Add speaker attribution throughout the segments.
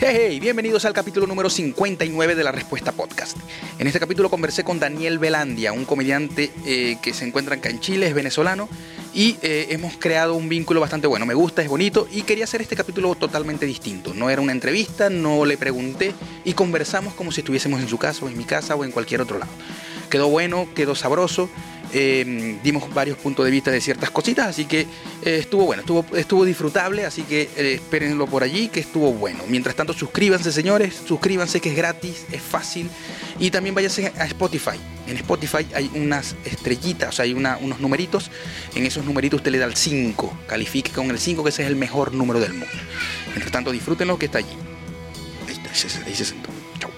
Speaker 1: Hey, hey, bienvenidos al capítulo número 59 de la Respuesta Podcast. En este capítulo conversé con Daniel Velandia, un comediante eh, que se encuentra acá en Chile, es venezolano, y eh, hemos creado un vínculo bastante bueno. Me gusta, es bonito, y quería hacer este capítulo totalmente distinto. No era una entrevista, no le pregunté, y conversamos como si estuviésemos en su casa, o en mi casa, o en cualquier otro lado. Quedó bueno, quedó sabroso. eh, dimos varios puntos de vista de ciertas cositas, así que eh, estuvo bueno, estuvo, estuvo disfrutable, así que eh, espérenlo por allí, que estuvo bueno. Mientras tanto, suscríbanse, señores, suscríbanse, que es gratis, es fácil, y también váyanse a Spotify. En Spotify hay unas estrellitas, o sea, hay una- unos numeritos, en esos numeritos usted le da el 5, califique con el 5, que ese es el mejor número del mundo. Mientras tanto, disfrútenlo, que está allí. Ahí está, ahí se- ahí se sentó. Chau.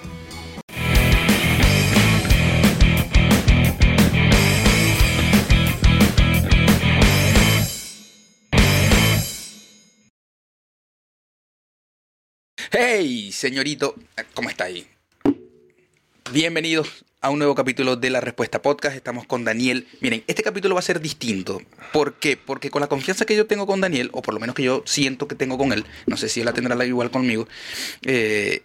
Speaker 1: Hey, señorito, ¿cómo está ahí? Bienvenidos a un nuevo capítulo de La Respuesta Podcast. Estamos con Daniel. Miren, este capítulo va a ser distinto. ¿Por qué? Porque con la confianza que yo tengo con Daniel, o por lo menos que yo siento que tengo con él, no sé si él la tendrá la igual conmigo, eh,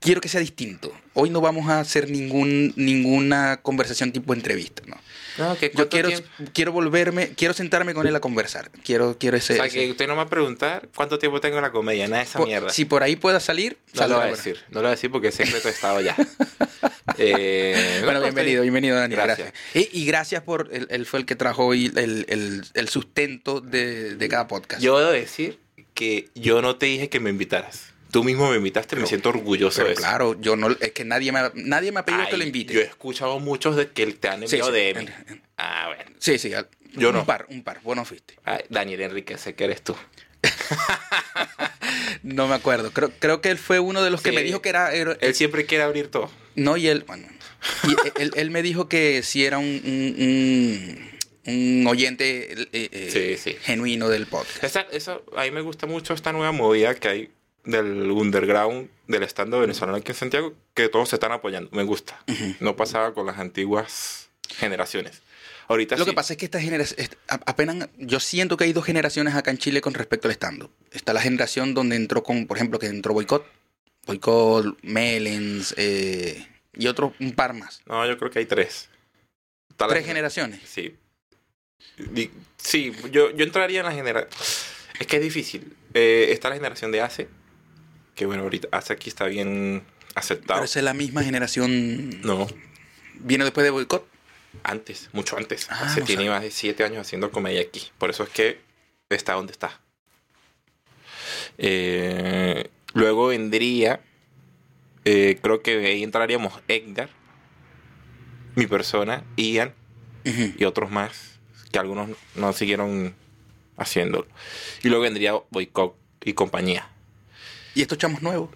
Speaker 1: quiero que sea distinto. Hoy no vamos a hacer ningún, ninguna conversación tipo entrevista, ¿no?
Speaker 2: No, que
Speaker 1: Yo
Speaker 2: cuánto
Speaker 1: quiero,
Speaker 2: tiempo-
Speaker 1: quiero volverme, quiero sentarme con él a conversar. Quiero, quiero ese...
Speaker 2: o sea,
Speaker 1: ese-
Speaker 2: que usted no me va a preguntar cuánto tiempo tengo en la comedia, nada de esa
Speaker 1: por-
Speaker 2: mierda.
Speaker 1: si por ahí pueda salir,
Speaker 2: no lo
Speaker 1: saldrá,
Speaker 2: voy a
Speaker 1: bueno.
Speaker 2: decir, no lo voy a decir porque es secreto de estado ya. Eh,
Speaker 1: Bueno,
Speaker 2: no,
Speaker 1: bienvenido,
Speaker 2: estoy-
Speaker 1: bienvenido, Daniel. Gracias.
Speaker 2: Gracias.
Speaker 1: Y, y gracias por. Él, él fue el que trajo hoy el, el- el sustento de, de cada podcast.
Speaker 2: Yo debo decir que yo no te dije que me invitaras. Tú mismo me invitaste, me
Speaker 1: Pero-
Speaker 2: siento orgulloso
Speaker 1: Pero
Speaker 2: de eso.
Speaker 1: claro, yo no. Es que nadie me ha, nadie me ha pedido
Speaker 2: Ay,
Speaker 1: que lo invite.
Speaker 2: Yo he escuchado muchos de que te han
Speaker 1: Sí,
Speaker 2: enviado
Speaker 1: sí.
Speaker 2: de mí. Ah, bueno.
Speaker 1: Sí, sí. al-
Speaker 2: Yo
Speaker 1: un
Speaker 2: no.
Speaker 1: par, un par. Vos no fuiste.
Speaker 2: Ay, Daniel Enrique, sé que eres tú.
Speaker 1: No me acuerdo. Creo, creo que él fue uno de los que
Speaker 2: Sí.
Speaker 1: me dijo que era. era-
Speaker 2: Él siempre quiere abrir todo.
Speaker 1: no, y él. Bueno. Y e, él, él me dijo que si era un. un- un- un oyente eh, eh,
Speaker 2: Sí, sí.
Speaker 1: genuino del podcast.
Speaker 2: Esa- eso, a mí me gusta mucho esta nueva movida que hay del underground, del estando venezolano aquí en Santiago, que todos se están apoyando. Me gusta. No pasaba con las antiguas generaciones. Ahorita
Speaker 1: Lo
Speaker 2: sí.
Speaker 1: que pasa es que esta generación, apenas, yo siento que hay dos generaciones acá en Chile con respecto al stand-up. Está la generación donde entró con, por ejemplo, que entró Boicot, Boicot, Melens eh, y otro, un par más.
Speaker 2: No, yo creo que hay tres. Está la
Speaker 1: Tres
Speaker 2: gener-
Speaker 1: generaciones.
Speaker 2: Sí. Di- Sí, yo, yo entraría en la generación. Es que es difícil. Eh, está la generación de ACE, que bueno, ahorita ACE aquí está bien aceptado.
Speaker 1: Pero esa es la misma generación.
Speaker 2: No,
Speaker 1: Vino después de Boicot.
Speaker 2: Antes, mucho antes.
Speaker 1: Ah,
Speaker 2: Se
Speaker 1: no
Speaker 2: tiene
Speaker 1: sabía.
Speaker 2: más de siete años haciendo comedia aquí. Por eso es que está donde está. Eh, luego vendría, eh, creo que ahí entraríamos Edgar, mi persona, Ian
Speaker 1: Ujú.
Speaker 2: y otros más, que algunos no siguieron haciéndolo. Y luego vendría Boycott y compañía.
Speaker 1: Y estos chamos nuevos.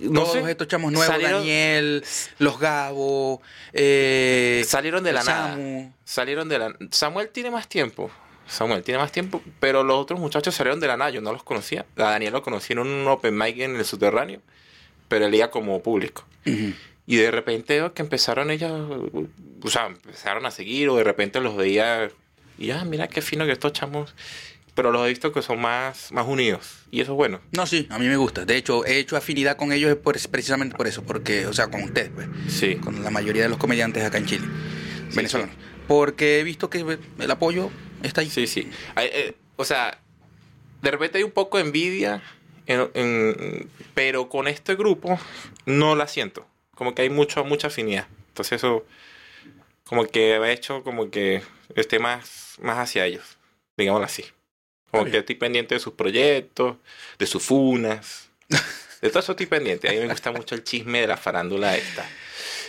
Speaker 2: No
Speaker 1: Todos
Speaker 2: sé,
Speaker 1: estos chamos nuevos.
Speaker 2: salieron-
Speaker 1: Daniel, los Gabo, eh,
Speaker 2: Salieron de la nada.
Speaker 1: Samu.
Speaker 2: Salieron de la... Samuel tiene más tiempo. Samuel tiene más tiempo, pero los otros muchachos salieron de la nada. Yo no los conocía. A Daniel lo conocí en un open mic en el subterráneo, pero él iba como público.
Speaker 1: Ujú.
Speaker 2: Y de repente veo que empezaron ellos, o sea, empezaron a seguir o de repente los veía y ya, mira qué fino que estos chamos. Pero los he visto que son más, más unidos y eso es bueno.
Speaker 1: No, sí, a mí me gusta. De hecho, he hecho afinidad con ellos por- precisamente por eso, porque, o sea, con ustedes, pues.
Speaker 2: Sí.
Speaker 1: con la mayoría de los comediantes acá en Chile, venezolanos. Porque he visto que el apoyo está ahí.
Speaker 2: Sí, sí. Hay, eh, o sea, de repente hay un poco de envidia, en- en- pero con este grupo no la siento. Como que hay mucho, mucha afinidad. Entonces eso como que ha hecho como que esté más, más hacia ellos, digámoslo así. Como
Speaker 1: Está bien.
Speaker 2: que estoy pendiente de sus proyectos, de sus funas. De todo eso estoy pendiente. A mí me gusta mucho el chisme de la farándula esta.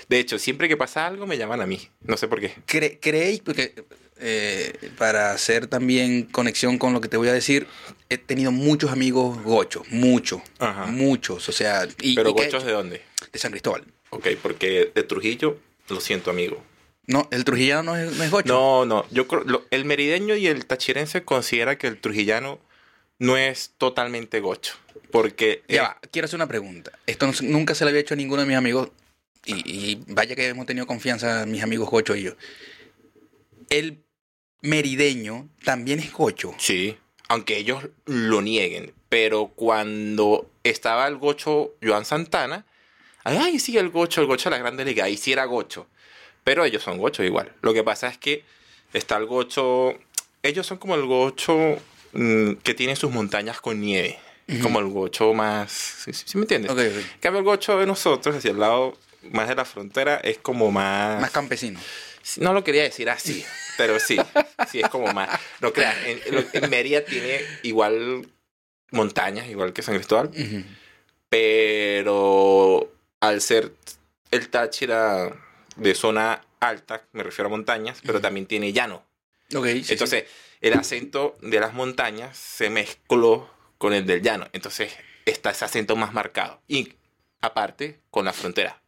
Speaker 2: De hecho, siempre que pasa algo me llaman a mí. No sé por qué.
Speaker 1: Cre- ¿Creéis? Porque eh, para hacer también conexión con lo que te voy a decir, he tenido muchos amigos gochos, muchos,
Speaker 2: Ajá.
Speaker 1: muchos. O sea, y,
Speaker 2: Pero
Speaker 1: y que-
Speaker 2: gochos de dónde?
Speaker 1: de San Cristóbal.
Speaker 2: Ok, porque de Trujillo, lo siento, amigo.
Speaker 1: No, el trujillano no es, no es gocho.
Speaker 2: No, no, yo creo, lo- el merideño y el tachirense considera que el trujillano no es totalmente gocho, porque...
Speaker 1: Ya
Speaker 2: eh,
Speaker 1: va, quiero hacer una pregunta. Esto no se- nunca se lo había hecho a ninguno de mis amigos. Y, y vaya que hemos tenido confianza mis amigos gochos y yo. El merideño también es gocho.
Speaker 2: Sí, aunque ellos lo nieguen, pero cuando estaba el gocho Joan Santana. Ay, ay, sí, el gocho, el gocho de la Grande Liga. Ahí sí era gocho. Pero ellos son gochos igual. Lo que pasa es que está el gocho. Ellos son como el gocho mm, que tiene sus montañas con nieve.
Speaker 1: Ujú.
Speaker 2: Como el gocho más. ¿Sí, sí- sí me entiendes?
Speaker 1: Ok, ok.
Speaker 2: En cambio, el gocho de nosotros, hacia el lado más de la frontera, es como
Speaker 1: Más campesino.
Speaker 2: no lo quería decir así, pero sí, sí es como más. No creas, en, en- en Mérida tiene igual montañas, igual que San Cristóbal,
Speaker 1: Ujú.
Speaker 2: pero al ser el Táchira de zona alta, me refiero a montañas, pero también tiene llano.
Speaker 1: Ok, sí, sí.
Speaker 2: Entonces, el acento de las montañas se mezcló con el del llano. Entonces, está ese acento más marcado. Y aparte, con la frontera.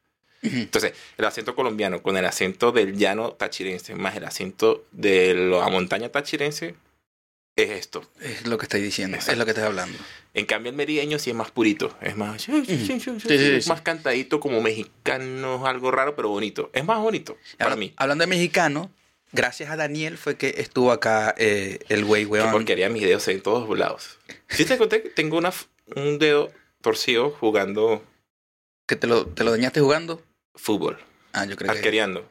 Speaker 1: Ujú.
Speaker 2: Entonces, el acento colombiano con el acento del llano tachirense más el acento de la montaña tachirense es esto.
Speaker 1: Es lo que estáis diciendo, es
Speaker 2: Exacto.
Speaker 1: lo que estás hablando.
Speaker 2: En cambio, el merideño sí es más purito, es más,
Speaker 1: sí, sí.
Speaker 2: más cantadito como mexicano, algo raro, pero bonito. Es más bonito para
Speaker 1: Habla-
Speaker 2: mí.
Speaker 1: Hablando de mexicano, gracias a Daniel fue que estuvo acá eh, el güey,
Speaker 2: Qué
Speaker 1: weón.
Speaker 2: porquería mis dedos en todos lados. Si te conté que tengo una, f- un dedo torcido jugando
Speaker 1: Que te lo, te lo dañaste jugando.
Speaker 2: fútbol,
Speaker 1: Ah, yo creo que.
Speaker 2: arqueriando.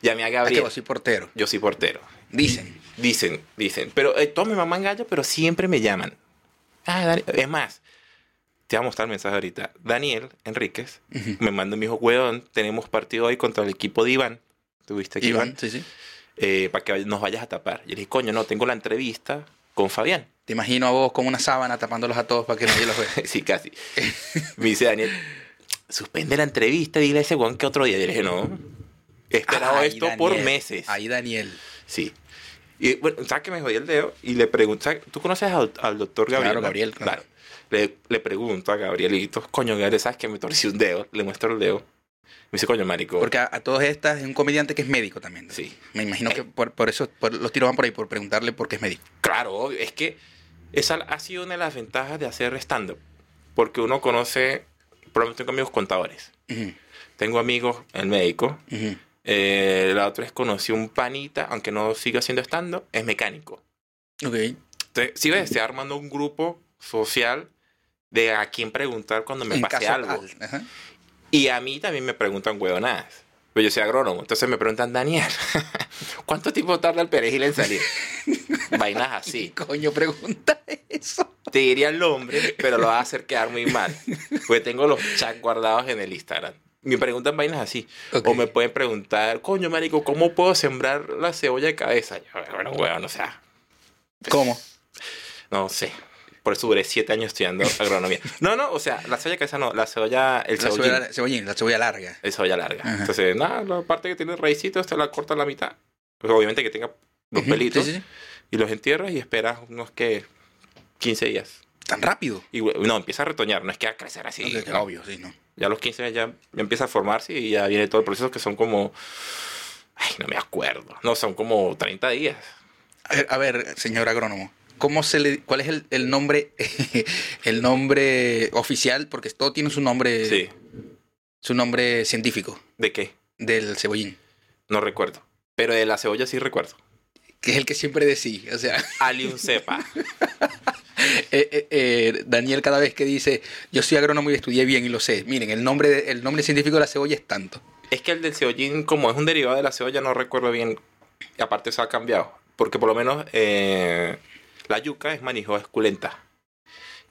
Speaker 2: Llamé a
Speaker 1: Ah, que
Speaker 2: Gabriel,
Speaker 1: vos soy portero.
Speaker 2: yo soy portero.
Speaker 1: Dicen.
Speaker 2: Dicen, dicen. Pero eh, todos me maman gallo, pero siempre me llaman. Ah, Dani- Es más, te voy a mostrar el mensaje ahorita. Daniel Enríquez
Speaker 1: Ujú.
Speaker 2: me manda mi hijo, weón, tenemos partido hoy contra el equipo de Iván. Tuviste aquí, Iván,
Speaker 1: Iván, sí, sí.
Speaker 2: eh, para que nos vayas a tapar. Y le dije, coño, no, tengo la entrevista con Fabián.
Speaker 1: Te imagino a vos con una sábana tapándolos a todos para que nadie los vea.
Speaker 2: sí, casi. Me dice Daniel, suspende la entrevista, dile a ese weón que otro día. Y le dije, no, he esperado
Speaker 1: Ay,
Speaker 2: esto
Speaker 1: Ah, Daniel.
Speaker 2: por meses.
Speaker 1: Ahí, Daniel.
Speaker 2: Sí. Y bueno, ¿sabes que me jodí el dedo? Y le pregunto, ¿sabes? ¿tú conoces al, al doctor Gabriel?
Speaker 1: Claro, Gabriel, claro.
Speaker 2: Claro. Le, le pregunto a Gabrielito, coño, Gabriel, ¿sabes que me torcí un dedo? Le muestro el dedo. Me dice, coño, marico.
Speaker 1: Porque a, a todas estas es un comediante que es médico también. ¿no?
Speaker 2: Sí. Eh.
Speaker 1: Me imagino que por, por eso por- los tiros van por ahí, por preguntarle por qué es médico.
Speaker 2: Claro, obvio. Es que esa ha sido una de las ventajas de hacer stand-up. Porque uno conoce, por ejemplo, tengo amigos contadores.
Speaker 1: Ujú,
Speaker 2: Tengo amigos, el médico.
Speaker 1: ujú.
Speaker 2: Eh, la otra es conocí un panita, aunque no siga siendo stand-up, es mecánico.
Speaker 1: Ok.
Speaker 2: Entonces, si ves, estoy armando un grupo social de a quién preguntar cuando me
Speaker 1: En
Speaker 2: pase
Speaker 1: caso
Speaker 2: algo.
Speaker 1: tal, ajá.
Speaker 2: Y a mí también me preguntan huevonadas. Pero yo soy agrónomo, entonces me preguntan, Daniel, ¿cuánto tiempo tarda el perejil en salir? Vainas
Speaker 1: ¿Qué
Speaker 2: así.
Speaker 1: coño pregunta eso?
Speaker 2: Te diría el nombre, pero lo vas a hacer quedar muy mal. Porque tengo los chats guardados en el Instagram. Me preguntan vainas así.
Speaker 1: Ok.
Speaker 2: O me pueden preguntar, coño, marico, ¿cómo puedo sembrar la cebolla de cabeza? Yo, bueno, huevón, o sea,
Speaker 1: ¿Cómo?
Speaker 2: No sé. Por eso duré siete años estudiando agronomía. No, no, o sea, la cebolla cabeza no, la cebolla, el
Speaker 1: La
Speaker 2: cebollín,
Speaker 1: cebolla, cebollín, la cebolla larga.
Speaker 2: el cebolla larga.
Speaker 1: Ajá.
Speaker 2: Entonces, nada, la parte que tiene raicitos te la corta a la mitad. Pues, obviamente que tenga los
Speaker 1: Ujú,
Speaker 2: pelitos
Speaker 1: sí, sí, sí.
Speaker 2: y los entierras y esperas unos que 15 días.
Speaker 1: Tan rápido.
Speaker 2: Y bueno, no, empieza a retoñar, no es que va a crecer así.
Speaker 1: Ok,
Speaker 2: ¿no?
Speaker 1: Obvio, sí, ¿no?
Speaker 2: Ya a los 15 días ya, ya empieza a formarse y ya viene todo el proceso que son como. Ay, no me acuerdo. No, son como 30 días.
Speaker 1: A ver, a ver, señor agrónomo, ¿cómo se le, ¿cuál es el, el nombre, el nombre oficial? Porque todo tiene su nombre,
Speaker 2: Sí.
Speaker 1: su nombre científico
Speaker 2: ¿De qué?
Speaker 1: del cebollín,
Speaker 2: No recuerdo. Pero de la cebolla sí recuerdo.
Speaker 1: que es el que siempre decís. O sea,
Speaker 2: Alium sepa.
Speaker 1: eh, eh, eh, Daniel cada vez que dice, yo soy agrónomo y estudié bien y lo sé. Miren, el nombre, de- el nombre científico de la cebolla es tanto.
Speaker 2: Es que el del cebollín, como es un derivado de la cebolla, no recuerdo bien. Y aparte eso ha cambiado. Porque por lo menos eh, la yuca es manijo esculenta.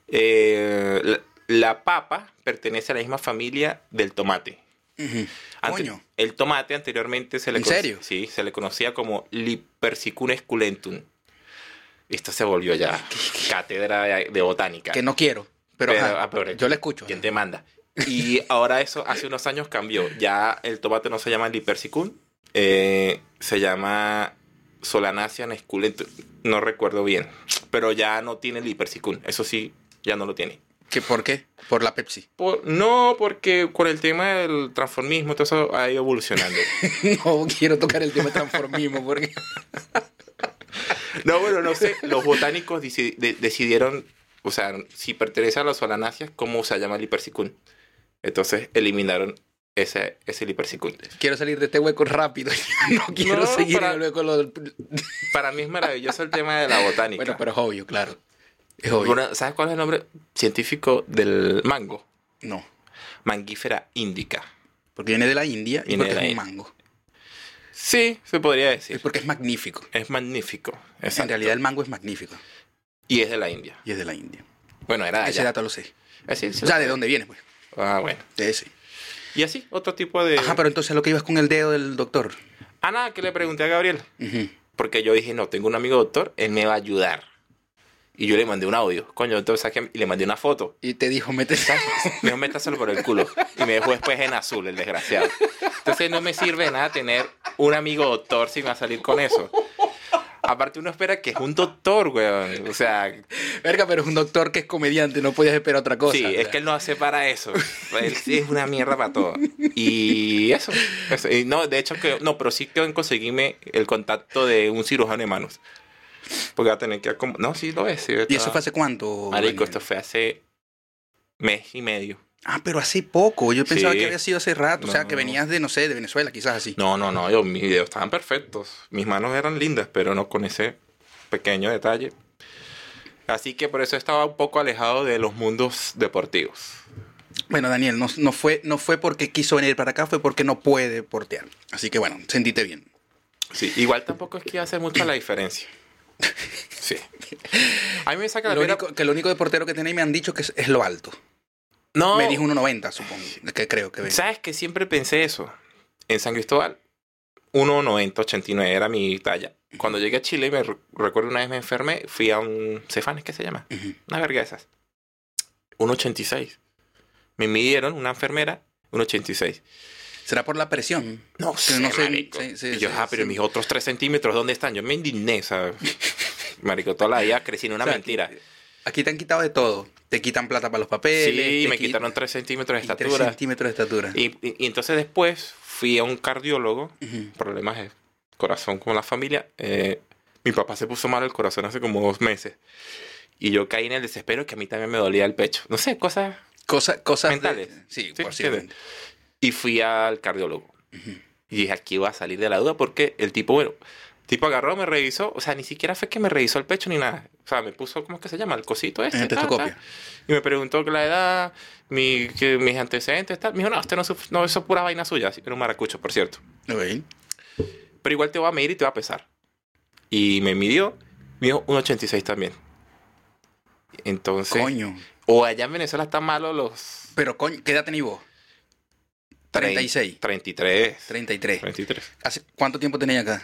Speaker 2: Eh, la, la papa pertenece a la misma familia del tomate.
Speaker 1: Ujú.
Speaker 2: Ante-
Speaker 1: Coño.
Speaker 2: El tomate anteriormente se le
Speaker 1: ¿En
Speaker 2: cono-
Speaker 1: serio?
Speaker 2: Sí, se le conocía como Lipersicum esculentum. Esto se volvió ya cátedra de, de botánica.
Speaker 1: Que no quiero, pero,
Speaker 2: Pero,
Speaker 1: ajá,
Speaker 2: ah, pero-
Speaker 1: yo le escucho.
Speaker 2: ¿Quién te manda? Y ahora eso hace unos años cambió. Ya el tomate no se llama Lipersicum, eh, se llama Solanacea nesculent. No recuerdo bien, pero ya no tiene Lipersicum. Eso sí, ya no lo tiene.
Speaker 1: ¿Qué, ¿Por qué? Por la Pepsi.
Speaker 2: Por- no, porque con el tema del transformismo, todo eso ha ido evolucionando.
Speaker 1: No quiero tocar el tema transformismo porque...
Speaker 2: No, bueno, no sé. Los botánicos deci- de- decidieron, o sea, si pertenece a las solanáceas, ¿cómo se llama el Lipersicum? Entonces eliminaron ese, ese Lipersicum.
Speaker 1: Quiero salir de este hueco rápido. No quiero
Speaker 2: No,
Speaker 1: seguir
Speaker 2: para-
Speaker 1: en el hueco. lo del-
Speaker 2: Para mí es maravilloso el tema de la botánica.
Speaker 1: Bueno, pero es obvio, claro. Es obvio.
Speaker 2: Una- ¿Sabes cuál es el nombre científico del mango?
Speaker 1: No.
Speaker 2: Mangífera indica.
Speaker 1: Porque viene de la India y
Speaker 2: Viene
Speaker 1: porque
Speaker 2: de la
Speaker 1: es un
Speaker 2: India.
Speaker 1: mango.
Speaker 2: Sí, se podría
Speaker 1: Es
Speaker 2: decir.
Speaker 1: porque es magnífico.
Speaker 2: Es magnífico. Exacto.
Speaker 1: En realidad el mango es magnífico
Speaker 2: Y es de la India.
Speaker 1: y es de la India.
Speaker 2: Bueno, era de
Speaker 1: Ese
Speaker 2: allá.
Speaker 1: dato lo sé.
Speaker 2: Ah, sí, sí.
Speaker 1: O sea, ¿de dónde viene? Pues?
Speaker 2: Ah, bueno.
Speaker 1: De ese. Eh,
Speaker 2: Y así, otro tipo de...
Speaker 1: Ajá, pero entonces lo que ibas con el dedo del doctor.
Speaker 2: Ah, nada, que le pregunté a Gabriel.
Speaker 1: Ujú.
Speaker 2: Porque yo dije, no, tengo un amigo doctor, él me va a ayudar. Y yo le mandé un audio. Coño, entonces saqué- y le mandé una foto.
Speaker 1: Y te dijo, métete.
Speaker 2: Me dijo, métaselo por el culo. Y me dejó después en azul, el desgraciado. Entonces no me sirve de nada tener un amigo doctor si me va a salir con eso. Aparte uno espera que es un doctor, weón. O sea,
Speaker 1: Verga, pero es un doctor que es comediante, no podías esperar otra cosa.
Speaker 2: sí,
Speaker 1: O sea,
Speaker 2: es que él no hace para eso. Él sí es una mierda para todo. Y eso. eso. Y no, de hecho, que, no, pero sí que conseguirme el contacto de un cirujano de manos. Porque va a tener que... acom- No, sí, lo es. sí,
Speaker 1: ¿Y eso
Speaker 2: está-
Speaker 1: fue hace cuánto?
Speaker 2: Marico,
Speaker 1: Daniel?
Speaker 2: esto fue hace mes y medio.
Speaker 1: Ah, pero hace poco. Yo pensaba
Speaker 2: Sí.
Speaker 1: que había sido hace rato. O sea, que
Speaker 2: No.
Speaker 1: venías de, no sé, de Venezuela, quizás así.
Speaker 2: No, no, no, yo, mis videos estaban perfectos. Mis manos eran lindas, pero no con ese pequeño detalle. Así que por eso estaba un poco alejado de los mundos deportivos.
Speaker 1: Bueno, Daniel, no, no fue, no fue porque quiso venir para acá, fue porque no puede portear. Así que bueno, sentite bien.
Speaker 2: Sí, igual tampoco es que hace mucha la diferencia. Sí. A mí me saca la
Speaker 1: Lo
Speaker 2: pena-
Speaker 1: único, que lo único de portero que tenéis me han dicho que es, es lo alto.
Speaker 2: No,
Speaker 1: Me dijo 1.90, supongo. Que creo que ve.
Speaker 2: ¿sabes que siempre pensé eso? En San Cristóbal, 1,90, 89 era mi talla. Cuando llegué a Chile, me re- recuerdo una vez me enfermé, fui a un Cefanes, ¿qué se llama?
Speaker 1: Ujú.
Speaker 2: Una verga de esas. Un 86. Me midieron, una enfermera, un 86.
Speaker 1: ¿Será por la presión?
Speaker 2: No sé,
Speaker 1: no sé,
Speaker 2: marico.
Speaker 1: sí, sí,
Speaker 2: y yo,
Speaker 1: sí,
Speaker 2: ah, pero
Speaker 1: sí.
Speaker 2: mis otros 3 centímetros, ¿dónde están? Yo me indigné, ¿sabes? marico, toda la vida crecí en una
Speaker 1: O sea,
Speaker 2: mentira.
Speaker 1: Aquí te han quitado de todo. Te quitan plata para los
Speaker 2: Sí,
Speaker 1: papeles. te
Speaker 2: me
Speaker 1: qui-
Speaker 2: quitaron 3 centímetros
Speaker 1: este y
Speaker 2: de
Speaker 1: tres
Speaker 2: estatura.
Speaker 1: centímetros de estatura.
Speaker 2: Y, y- y entonces después fui a un cardiólogo,
Speaker 1: Ujú.
Speaker 2: problemas de corazón con la familia. eh, mi papá se puso mal el corazón hace como dos meses. Y yo caí en el desespero que a mí también me dolía el pecho. No sé, cosas
Speaker 1: Cosa- cosas de-
Speaker 2: mentales.
Speaker 1: sí,
Speaker 2: Sí,
Speaker 1: posiblemente.
Speaker 2: Y fui al cardiólogo. Y dije, aquí va a salir de la duda porque el tipo, bueno, el tipo agarró, me revisó. O sea, ni siquiera fue que me revisó el pecho ni nada. O sea, me puso, ¿cómo es que se llama? El cosito este.
Speaker 1: Eh,
Speaker 2: ta,
Speaker 1: Testoscopia.
Speaker 2: ta. Y me preguntó que la edad, mi, que mis antecedentes, tal. Me dijo, no, usted no, suf- no, eso es pura vaina suya. Sí, Era un maracucho, por cierto.
Speaker 1: Ok.
Speaker 2: Pero igual te va a medir y te va a pesar. Y me midió, me dijo un 86 también. Entonces,
Speaker 1: Coño.
Speaker 2: o allá en Venezuela están malos los
Speaker 1: Pero coño, ¿qué edad tenéis vos? 36.
Speaker 2: 33.
Speaker 1: 33.
Speaker 2: 33.
Speaker 1: ¿Hace cuánto tiempo tenéis acá?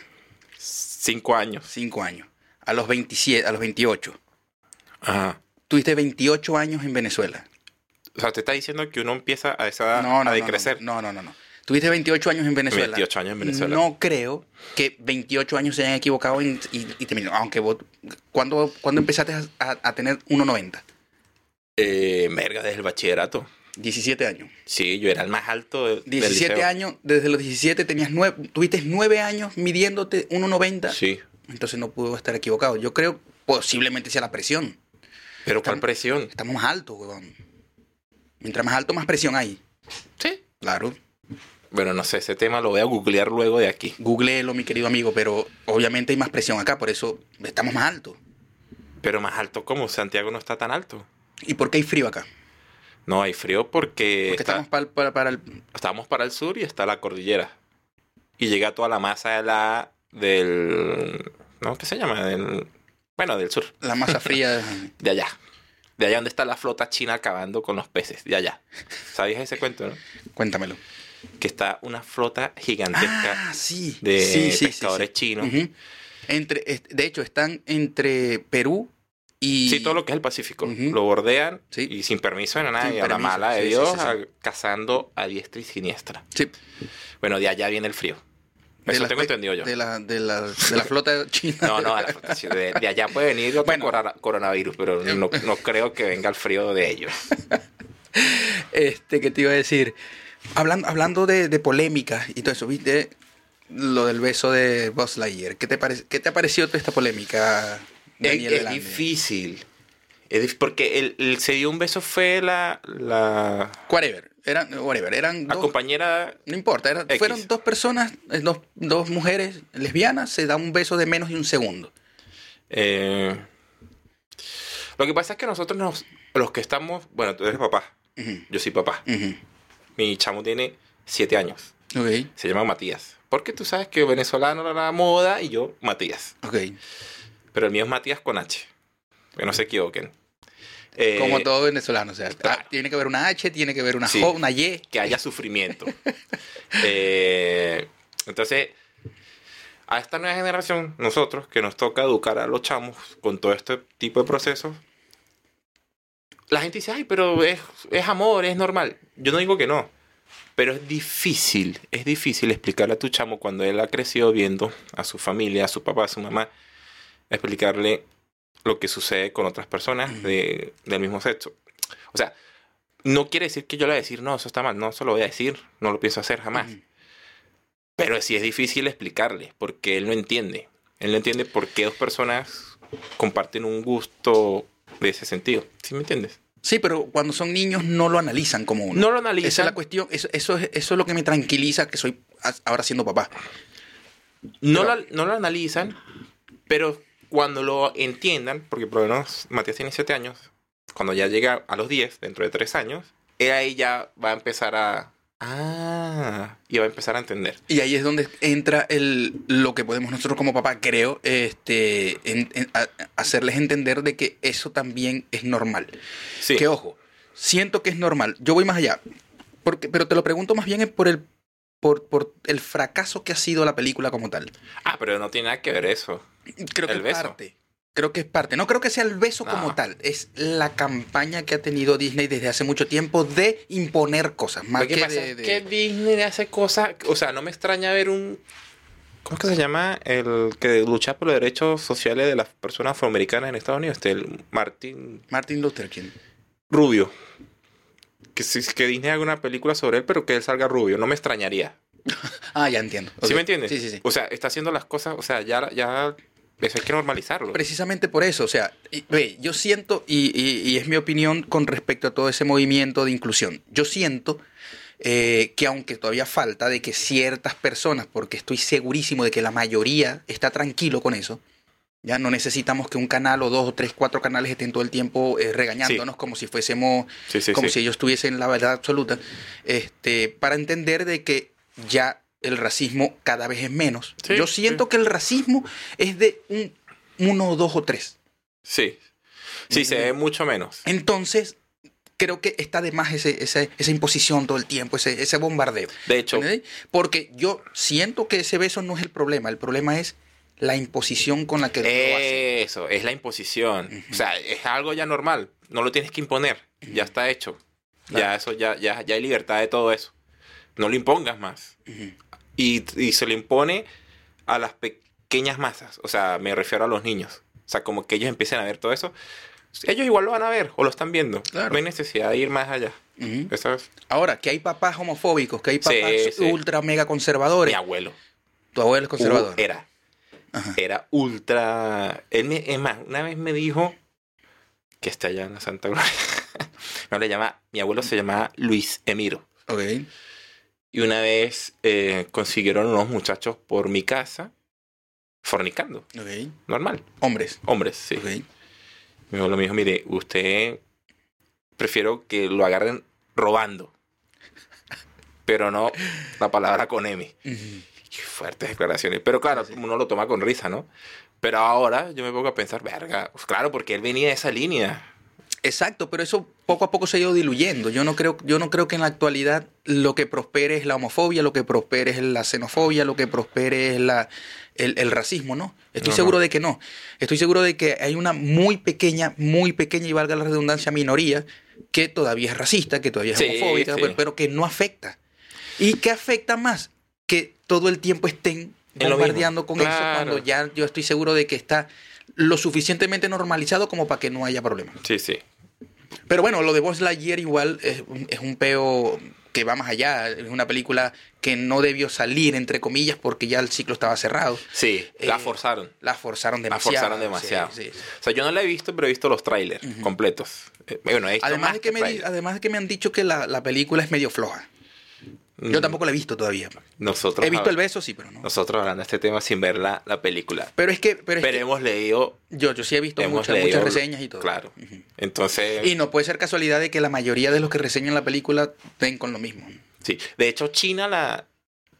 Speaker 2: Cinco años.
Speaker 1: 5 años. A los 27, a los 28.
Speaker 2: Ajá.
Speaker 1: Tuviste 28 años en Venezuela.
Speaker 2: O sea, te está diciendo que uno empieza a esa edad
Speaker 1: No, no,
Speaker 2: a
Speaker 1: no,
Speaker 2: decrecer.
Speaker 1: No, no, no, no. Tuviste 28 años en Venezuela.
Speaker 2: 28 años en Venezuela.
Speaker 1: No creo que 28 años se hayan equivocado en- y, y terminó. Aunque vos, ¿cuándo, cuándo empezaste a, a- a tener 1,90?
Speaker 2: Eh, verga, desde el bachillerato.
Speaker 1: 17 años.
Speaker 2: Sí, yo era el más alto de- del
Speaker 1: 17
Speaker 2: liceo.
Speaker 1: años, desde los 17 tenías 9, tuviste 9 años midiéndote 1,90.
Speaker 2: Sí.
Speaker 1: Entonces no pudo estar equivocado. Yo creo posiblemente sea la presión.
Speaker 2: Pero ¿cuál
Speaker 1: Estamos-
Speaker 2: presión?
Speaker 1: Estamos más altos, weón. Mientras más alto, más presión hay.
Speaker 2: Sí.
Speaker 1: Claro.
Speaker 2: Bueno, no sé, ese tema lo voy a googlear luego de aquí.
Speaker 1: Googleelo, mi querido amigo, pero obviamente hay más presión acá, por eso estamos más altos.
Speaker 2: Pero más alto como Santiago no está tan alto.
Speaker 1: ¿Y por qué hay frío acá?
Speaker 2: No, hay frío porque,
Speaker 1: Porque
Speaker 2: está-
Speaker 1: estamos pal- para, para el...
Speaker 2: estamos para el sur y está la cordillera. Y llega toda la masa de la del... ¿No? ¿Qué se llama? Del, bueno, del sur.
Speaker 1: la masa fría.
Speaker 2: De allá. De allá donde está la flota china acabando con los peces. De allá. ¿Sabías ese cuento, no?
Speaker 1: Cuéntamelo.
Speaker 2: Que está una flota gigantesca
Speaker 1: Ah, sí.
Speaker 2: de
Speaker 1: sí, sí,
Speaker 2: pescadores
Speaker 1: sí, sí.
Speaker 2: chinos.
Speaker 1: Ujú. entre, es- de hecho, están entre Perú y...
Speaker 2: Sí, todo lo que es el Pacífico.
Speaker 1: Ujú.
Speaker 2: Lo bordean
Speaker 1: Sí.
Speaker 2: y sin permiso de nada.
Speaker 1: Sin
Speaker 2: y a la
Speaker 1: permiso.
Speaker 2: mala de
Speaker 1: Sí, sí,
Speaker 2: Dios,
Speaker 1: sí, sí.
Speaker 2: a- cazando a diestra y siniestra.
Speaker 1: Sí.
Speaker 2: Bueno, de allá viene el frío.
Speaker 1: De
Speaker 2: Eso
Speaker 1: las
Speaker 2: tengo
Speaker 1: pe-
Speaker 2: entendido yo.
Speaker 1: De la, de la, de la flota china.
Speaker 2: No, no, a la flota china. de, de allá puede venir otro
Speaker 1: Bueno. Eh,
Speaker 2: corona- coronavirus, pero no, no creo que venga el frío de ellos.
Speaker 1: Este, que te iba a decir? Hablando, hablando de, de polémicas y todo eso, ¿viste? Lo del beso de Buzz Lightyear. ¿Qué te, parece ¿Qué te ha parecido toda esta polémica,
Speaker 2: Es,
Speaker 1: Daniel
Speaker 2: es
Speaker 1: Velandia?
Speaker 2: difícil. Es dif- porque el, el se dio un beso fue la, la,
Speaker 1: Whatever. Eran, whatever. Eran
Speaker 2: la
Speaker 1: dos,
Speaker 2: compañera.
Speaker 1: no importa. eran-
Speaker 2: X.
Speaker 1: fueron dos personas, eh, dos, dos mujeres lesbianas, se dan un beso de menos de un segundo.
Speaker 2: eh, Lo que pasa es que nosotros, nos, los que estamos, bueno, tú eres papá,
Speaker 1: Ujú,
Speaker 2: yo soy papá.
Speaker 1: ujú.
Speaker 2: Mi chamo tiene siete años.
Speaker 1: Ok,
Speaker 2: Se llama Matías. Porque tú sabes que venezolano era la moda y yo Matías.
Speaker 1: ok.
Speaker 2: Pero el mío es Matías con H. Que no se equivoquen. Eh,
Speaker 1: Como todo venezolano, o sea,
Speaker 2: claro.
Speaker 1: ah, tiene que haber una H, tiene que haber una
Speaker 2: Sí.
Speaker 1: J, una Y.
Speaker 2: Que haya sufrimiento. Eh, entonces, a esta nueva generación, nosotros, que nos toca educar a los chamos con todo este tipo de procesos, la gente dice, ay, pero es, es amor, es normal. Yo no digo que no. Pero es difícil, es difícil explicarle a tu chamo cuando él ha crecido viendo a su familia, a su papá, a su mamá, explicarle lo que sucede con otras personas de- del mismo sexo. O sea, no quiere decir que yo le voy a decir, no, eso está mal, no se lo voy a decir, no lo pienso hacer jamás.
Speaker 1: Ujú.
Speaker 2: Pero sí es difícil explicarle, porque él no entiende. Él no entiende por qué dos personas comparten un gusto de ese sentido. ¿Sí me entiendes?
Speaker 1: Sí, pero cuando son niños no lo analizan como uno.
Speaker 2: No
Speaker 1: Esa
Speaker 2: lo
Speaker 1: es
Speaker 2: analizan,
Speaker 1: la cuestión, eso, eso, es, eso es lo que me tranquiliza que soy as- ahora siendo papá.
Speaker 2: no, la- no lo analizan, pero cuando lo entiendan, porque por lo menos Matías tiene 7 años, cuando ya llega a los 10, dentro de 3 años, él ahí ya va a empezar a... Ah, y va a empezar a entender.
Speaker 1: Y ahí es donde entra el, lo que podemos nosotros como papá, creo, este, en- en- a- hacerles entender de que eso también es normal.
Speaker 2: Sí.
Speaker 1: Que ojo, siento que es normal. Yo voy más allá. Porque, pero te lo pregunto más bien por el, por, por el fracaso que ha sido la película como tal.
Speaker 2: Ah, pero no tiene nada que ver eso.
Speaker 1: Creo que
Speaker 2: El
Speaker 1: es
Speaker 2: beso.
Speaker 1: parte. Creo que es parte. No creo que sea el beso como
Speaker 2: No.
Speaker 1: tal. Es la campaña que ha tenido Disney desde hace mucho tiempo de imponer cosas. Más
Speaker 2: Lo que
Speaker 1: que
Speaker 2: pasa
Speaker 1: de-
Speaker 2: es
Speaker 1: de-
Speaker 2: que Disney hace cosas, o sea, no me extraña ver un ¿cómo es que se llama? El que lucha por los derechos sociales de las personas afroamericanas en Estados Unidos, este el Martin
Speaker 1: Martin Luther King.
Speaker 2: Rubio. Que si que Disney haga una película sobre él, pero que él salga rubio, no me extrañaría.
Speaker 1: Ah, ya entiendo.
Speaker 2: ¿Sí
Speaker 1: Ok.
Speaker 2: me entiendes?
Speaker 1: Sí, sí, sí.
Speaker 2: O sea, está haciendo las cosas, o sea, ya ya eso hay que normalizarlo.
Speaker 1: Precisamente por eso, o sea, y- ve, yo siento, y, y- y es mi opinión con respecto a todo ese movimiento de inclusión, yo siento eh, que aunque todavía falta de que ciertas personas, porque estoy segurísimo de que la mayoría está tranquilo con eso, ya no necesitamos que un canal o dos o tres, cuatro canales estén todo el tiempo eh, regañándonos como si fuésemos
Speaker 2: Sí, sí,
Speaker 1: como
Speaker 2: sí.
Speaker 1: si ellos tuviesen la verdad absoluta, este, para entender de que ya el racismo cada vez es menos.
Speaker 2: Sí,
Speaker 1: Yo siento que el racismo es de un uno, dos o tres.
Speaker 2: Sí. Sí, se ve mucho menos.
Speaker 1: Entonces, creo que está de más ese, ese- esa imposición todo el tiempo, ese, ese bombardeo.
Speaker 2: De hecho,
Speaker 1: ¿entendés? Porque yo siento que ese beso no es el problema, el problema es la imposición con la que lo hacen.
Speaker 2: Eso, es la imposición. O sea, es algo ya normal. No lo tienes que imponer. Ya está hecho. Ya
Speaker 1: Claro.
Speaker 2: eso, ya, ya, ya hay libertad de todo eso. No lo impongas más. Y, y se lo impone a las pequeñas masas. O sea, me refiero a los niños. O sea, como que ellos empiecen a ver todo eso. Ellos igual lo van a ver o lo están viendo.
Speaker 1: Claro.
Speaker 2: No hay necesidad de ir más allá.
Speaker 1: Ujú.
Speaker 2: Eso es
Speaker 1: Ahora, que hay papás homofóbicos, que hay papás
Speaker 2: Eh. Sí, sí.
Speaker 1: ultra mega
Speaker 2: mi
Speaker 1: conservadores.
Speaker 2: abuelo.
Speaker 1: Tu abuelo es conservador.
Speaker 2: U- Era.
Speaker 1: Ajá.
Speaker 2: Era ultra. Él me- es más, una vez me dijo que está allá en la Santa Gloria. no le llama. Mi abuelo se llamaba Luis Emiro. eh.
Speaker 1: Ok.
Speaker 2: Y una vez eh, consiguieron unos muchachos por mi casa fornicando.
Speaker 1: Ok.
Speaker 2: Normal.
Speaker 1: Hombres.
Speaker 2: Hombres, sí.
Speaker 1: Ok.
Speaker 2: Mi abuelo me dijo, mire, usted prefiero que lo agarren robando. Pero no la palabra con M.
Speaker 1: Ujú.
Speaker 2: Qué fuertes declaraciones. Pero claro, uno lo toma con risa, ¿no? Pero ahora yo me pongo a pensar, verga, pues claro, porque él venía de esa línea.
Speaker 1: Exacto, pero eso poco a poco se ha ido diluyendo. Yo no creo, yo no creo que en la actualidad lo que prospere es la homofobia, lo que prospere es la xenofobia, lo que prospere es la, el, el racismo, ¿no? Estoy
Speaker 2: Ajá.
Speaker 1: seguro de que no. Estoy seguro de que hay una muy pequeña, muy pequeña y valga la redundancia minoría que todavía es racista, que todavía es
Speaker 2: Sí,
Speaker 1: homofóbica,
Speaker 2: sí.
Speaker 1: pero, pero que no afecta. ¿Y qué afecta más? Que todo el tiempo estén
Speaker 2: En lo mismo.
Speaker 1: bombardeando con eso
Speaker 2: Claro.
Speaker 1: cuando ya yo estoy seguro de que está lo suficientemente normalizado como para que no haya problema.
Speaker 2: Sí, sí.
Speaker 1: Pero bueno, lo de Buzz Lightyear igual es, un- es un peo que va más allá. Es una película que no debió salir, entre comillas, porque ya el ciclo estaba cerrado.
Speaker 2: Sí, la
Speaker 1: Eh,
Speaker 2: forzaron.
Speaker 1: La forzaron
Speaker 2: La
Speaker 1: demasiado.
Speaker 2: forzaron demasiado.
Speaker 1: sí, sí.
Speaker 2: O sea, yo no la he visto, pero he visto los trailers completos. Eh, bueno, he visto
Speaker 1: Además,
Speaker 2: más
Speaker 1: de que me, di-
Speaker 2: trailers.
Speaker 1: además de que me han dicho que la, la película es medio floja. Yo tampoco la he visto todavía.
Speaker 2: Mm. Nosotros,
Speaker 1: He visto
Speaker 2: hab-
Speaker 1: el beso, sí, pero no.
Speaker 2: nosotros hablando de este tema sin ver la, la película.
Speaker 1: Pero es que, pero
Speaker 2: Pero,
Speaker 1: es que
Speaker 2: hemos leído.
Speaker 1: yo, yo sí he visto
Speaker 2: hemos
Speaker 1: muchas,
Speaker 2: leído-
Speaker 1: muchas reseñas y todo.
Speaker 2: Claro.
Speaker 1: Ujú.
Speaker 2: Entonces.
Speaker 1: Y no puede ser casualidad de que la mayoría de los que reseñan la película den con lo mismo.
Speaker 2: Sí. De hecho, China la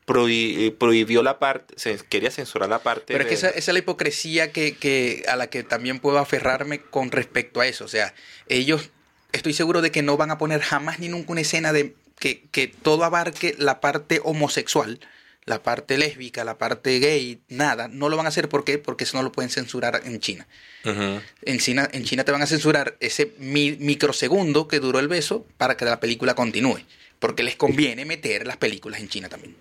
Speaker 2: prohi- eh, prohibió la parte. Se quería censurar la parte.
Speaker 1: Pero es que
Speaker 2: de-
Speaker 1: esa, esa es la hipocresía que, que- a la que también puedo aferrarme con respecto a eso. O sea, ellos estoy seguro de que no van a poner jamás ni nunca una escena de que, que todo abarque la parte homosexual, la parte lésbica, la parte gay, nada. No lo van a hacer ¿por qué? porque eso no lo pueden censurar en China.
Speaker 2: Ujú.
Speaker 1: En China, en China te van a censurar ese mi- microsegundo que duró el beso para que la película continúe. Porque les conviene meter las películas en China también.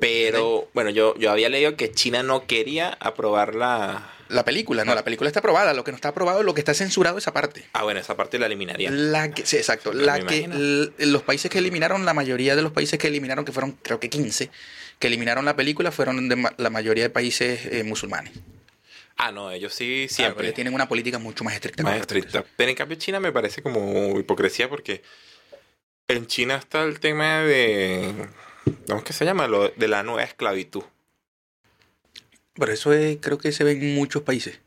Speaker 2: Pero bueno, yo, yo había leído que China no quería aprobar la.
Speaker 1: La película, no, la película está aprobada. Lo que no está aprobado, lo que está censurado es esa parte.
Speaker 2: Ah, bueno, esa parte la eliminaría.
Speaker 1: La que, sí, exacto.
Speaker 2: Me
Speaker 1: La que,
Speaker 2: imagino.
Speaker 1: l- los países que eliminaron, la mayoría de los países que eliminaron, que fueron creo que 15, que eliminaron la película, fueron de ma- la mayoría de países eh, musulmanes.
Speaker 2: Ah, no, ellos sí
Speaker 1: Claro,
Speaker 2: siempre.
Speaker 1: ellos tienen una política mucho más estricta.
Speaker 2: más
Speaker 1: con respecto a
Speaker 2: estricta. Pero en cambio China me parece como hipocresía porque en China está el tema de... ¿Cómo es que se llama? Lo- de la nueva esclavitud.
Speaker 1: eso. Pero eso es, creo que se ve en muchos países.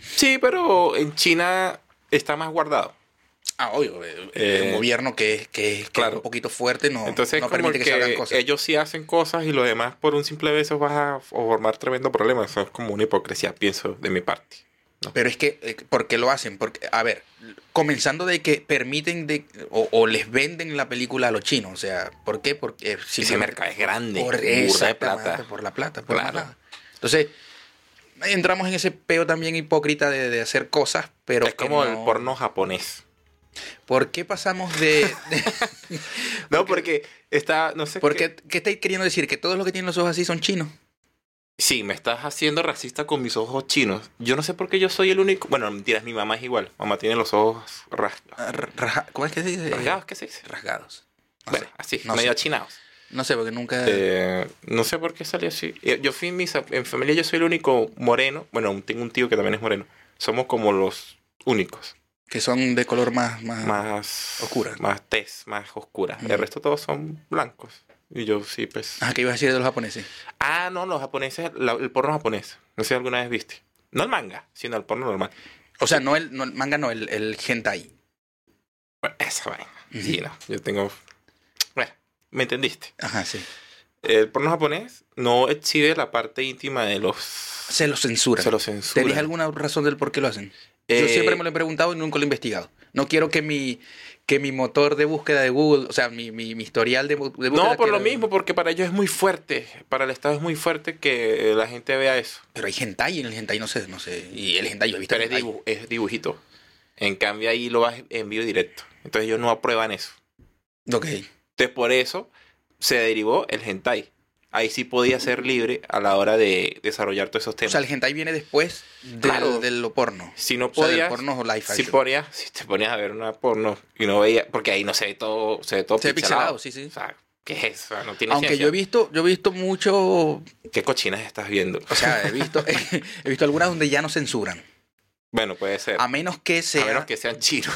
Speaker 2: Sí, pero en China está más guardado.
Speaker 1: Ah, obvio. eh,
Speaker 2: Eh,
Speaker 1: un gobierno que, es- que, es- que
Speaker 2: claro.
Speaker 1: es un poquito fuerte no,
Speaker 2: Entonces
Speaker 1: no
Speaker 2: es como
Speaker 1: permite que, se hagan
Speaker 2: que
Speaker 1: cosas.
Speaker 2: ellos sí hacen cosas y los demás por un simple beso vas a formar tremendo problema. Eso es como una hipocresía, pienso, de mi parte.
Speaker 1: Pero es que, eh, ¿por qué lo hacen? Porque, a ver, comenzando de que permiten de, o, o les venden la película a los chinos. O sea, ¿por qué? Porque eh,
Speaker 2: Ese
Speaker 1: simplemente-
Speaker 2: mercado es grande,
Speaker 1: Por,
Speaker 2: burda de
Speaker 1: exactamente,
Speaker 2: plata.
Speaker 1: por la plata, por
Speaker 2: Claro.
Speaker 1: la plata. Entonces, entramos en ese peo también hipócrita de, de hacer cosas, pero.
Speaker 2: es
Speaker 1: que
Speaker 2: como el
Speaker 1: no-
Speaker 2: porno japonés.
Speaker 1: ¿Por qué pasamos de.? de-
Speaker 2: No, porque está, no sé
Speaker 1: ¿Por
Speaker 2: qué-
Speaker 1: qué, qué estáis queriendo decir? ¿Que todos los que tienen los ojos así son chinos?
Speaker 2: Sí, me estás haciendo racista con mis ojos chinos. Yo no sé por qué yo soy el único. Bueno, mentiras, mi mamá es igual. Mamá tiene los ojos ras-
Speaker 1: Ah, raja- ¿Cómo es que se dice?
Speaker 2: rasgados, ¿qué se dice?
Speaker 1: Rasgados. No,
Speaker 2: bueno,
Speaker 1: sé.
Speaker 2: así,
Speaker 1: no
Speaker 2: medio
Speaker 1: sé. Ah.
Speaker 2: achinados.
Speaker 1: No sé, porque nunca.
Speaker 2: Eh, no sé por qué salió así. Eh, Yo fui en, mis, en familia, yo soy el único moreno. Bueno, tengo un tío que también es moreno. Somos como los únicos.
Speaker 1: Que son de color más. más...
Speaker 2: Más.
Speaker 1: Oscura.
Speaker 2: Más tez, más oscura.
Speaker 1: Mm.
Speaker 2: El resto todos son blancos. Y yo sí, pues.
Speaker 1: Ah, ¿qué ibas a decir de los japoneses?
Speaker 2: Ah, no, los japoneses, la- el porno japonés. No sé si alguna vez viste. No el manga, sino el porno normal.
Speaker 1: O sea, no el, no el manga, no, el, el hentai.
Speaker 2: Bueno, esa vaina. Sí, no, yo tengo. Bueno, me entendiste.
Speaker 1: Ajá, sí.
Speaker 2: El porno japonés no exhibe la parte íntima de los.
Speaker 1: Se los censura.
Speaker 2: Se lo censura.
Speaker 1: ¿Tenéis alguna razón del por qué lo hacen?
Speaker 2: Eh,
Speaker 1: Yo siempre me lo he preguntado y nunca lo he investigado. No quiero que mi, que mi motor de búsqueda de Google, o sea, mi, mi, mi historial de, bu- de búsqueda...
Speaker 2: No, por lo
Speaker 1: quiero-
Speaker 2: mismo, porque para ellos es muy fuerte. Para el Estado es muy fuerte que la gente vea eso.
Speaker 1: Pero hay hentai, en el hentai no sé, no sé. Y el hentai yo he visto...
Speaker 2: Pero es,
Speaker 1: hentai.
Speaker 2: dibu- es dibujito. En cambio, ahí lo vas en vivo directo. Entonces, ellos no aprueban eso.
Speaker 1: Ok.
Speaker 2: Entonces, por eso se derivó el hentai. Ahí sí podía ser libre a la hora de desarrollar todos esos
Speaker 1: O
Speaker 2: temas.
Speaker 1: sea, el hentai viene después del,
Speaker 2: Claro.
Speaker 1: de lo porno.
Speaker 2: si no
Speaker 1: O sea, del
Speaker 2: podías.
Speaker 1: porno o live
Speaker 2: si
Speaker 1: action.
Speaker 2: ponías, si te ponías a ver una porno y no veía, porque ahí no se ve todo, se ve todo
Speaker 1: Se ve
Speaker 2: pixelado.
Speaker 1: pixelado, sí, sí.
Speaker 2: O sea, ¿qué es eso? O sea, No tiene
Speaker 1: Aunque
Speaker 2: ciencia.
Speaker 1: yo he visto, yo he visto mucho, o
Speaker 2: ¿Qué cochinas estás viendo?
Speaker 1: sea, he visto, he visto algunas donde ya no censuran.
Speaker 2: Bueno, puede ser.
Speaker 1: A
Speaker 2: A,
Speaker 1: menos que sea...
Speaker 2: menos que sean chinos.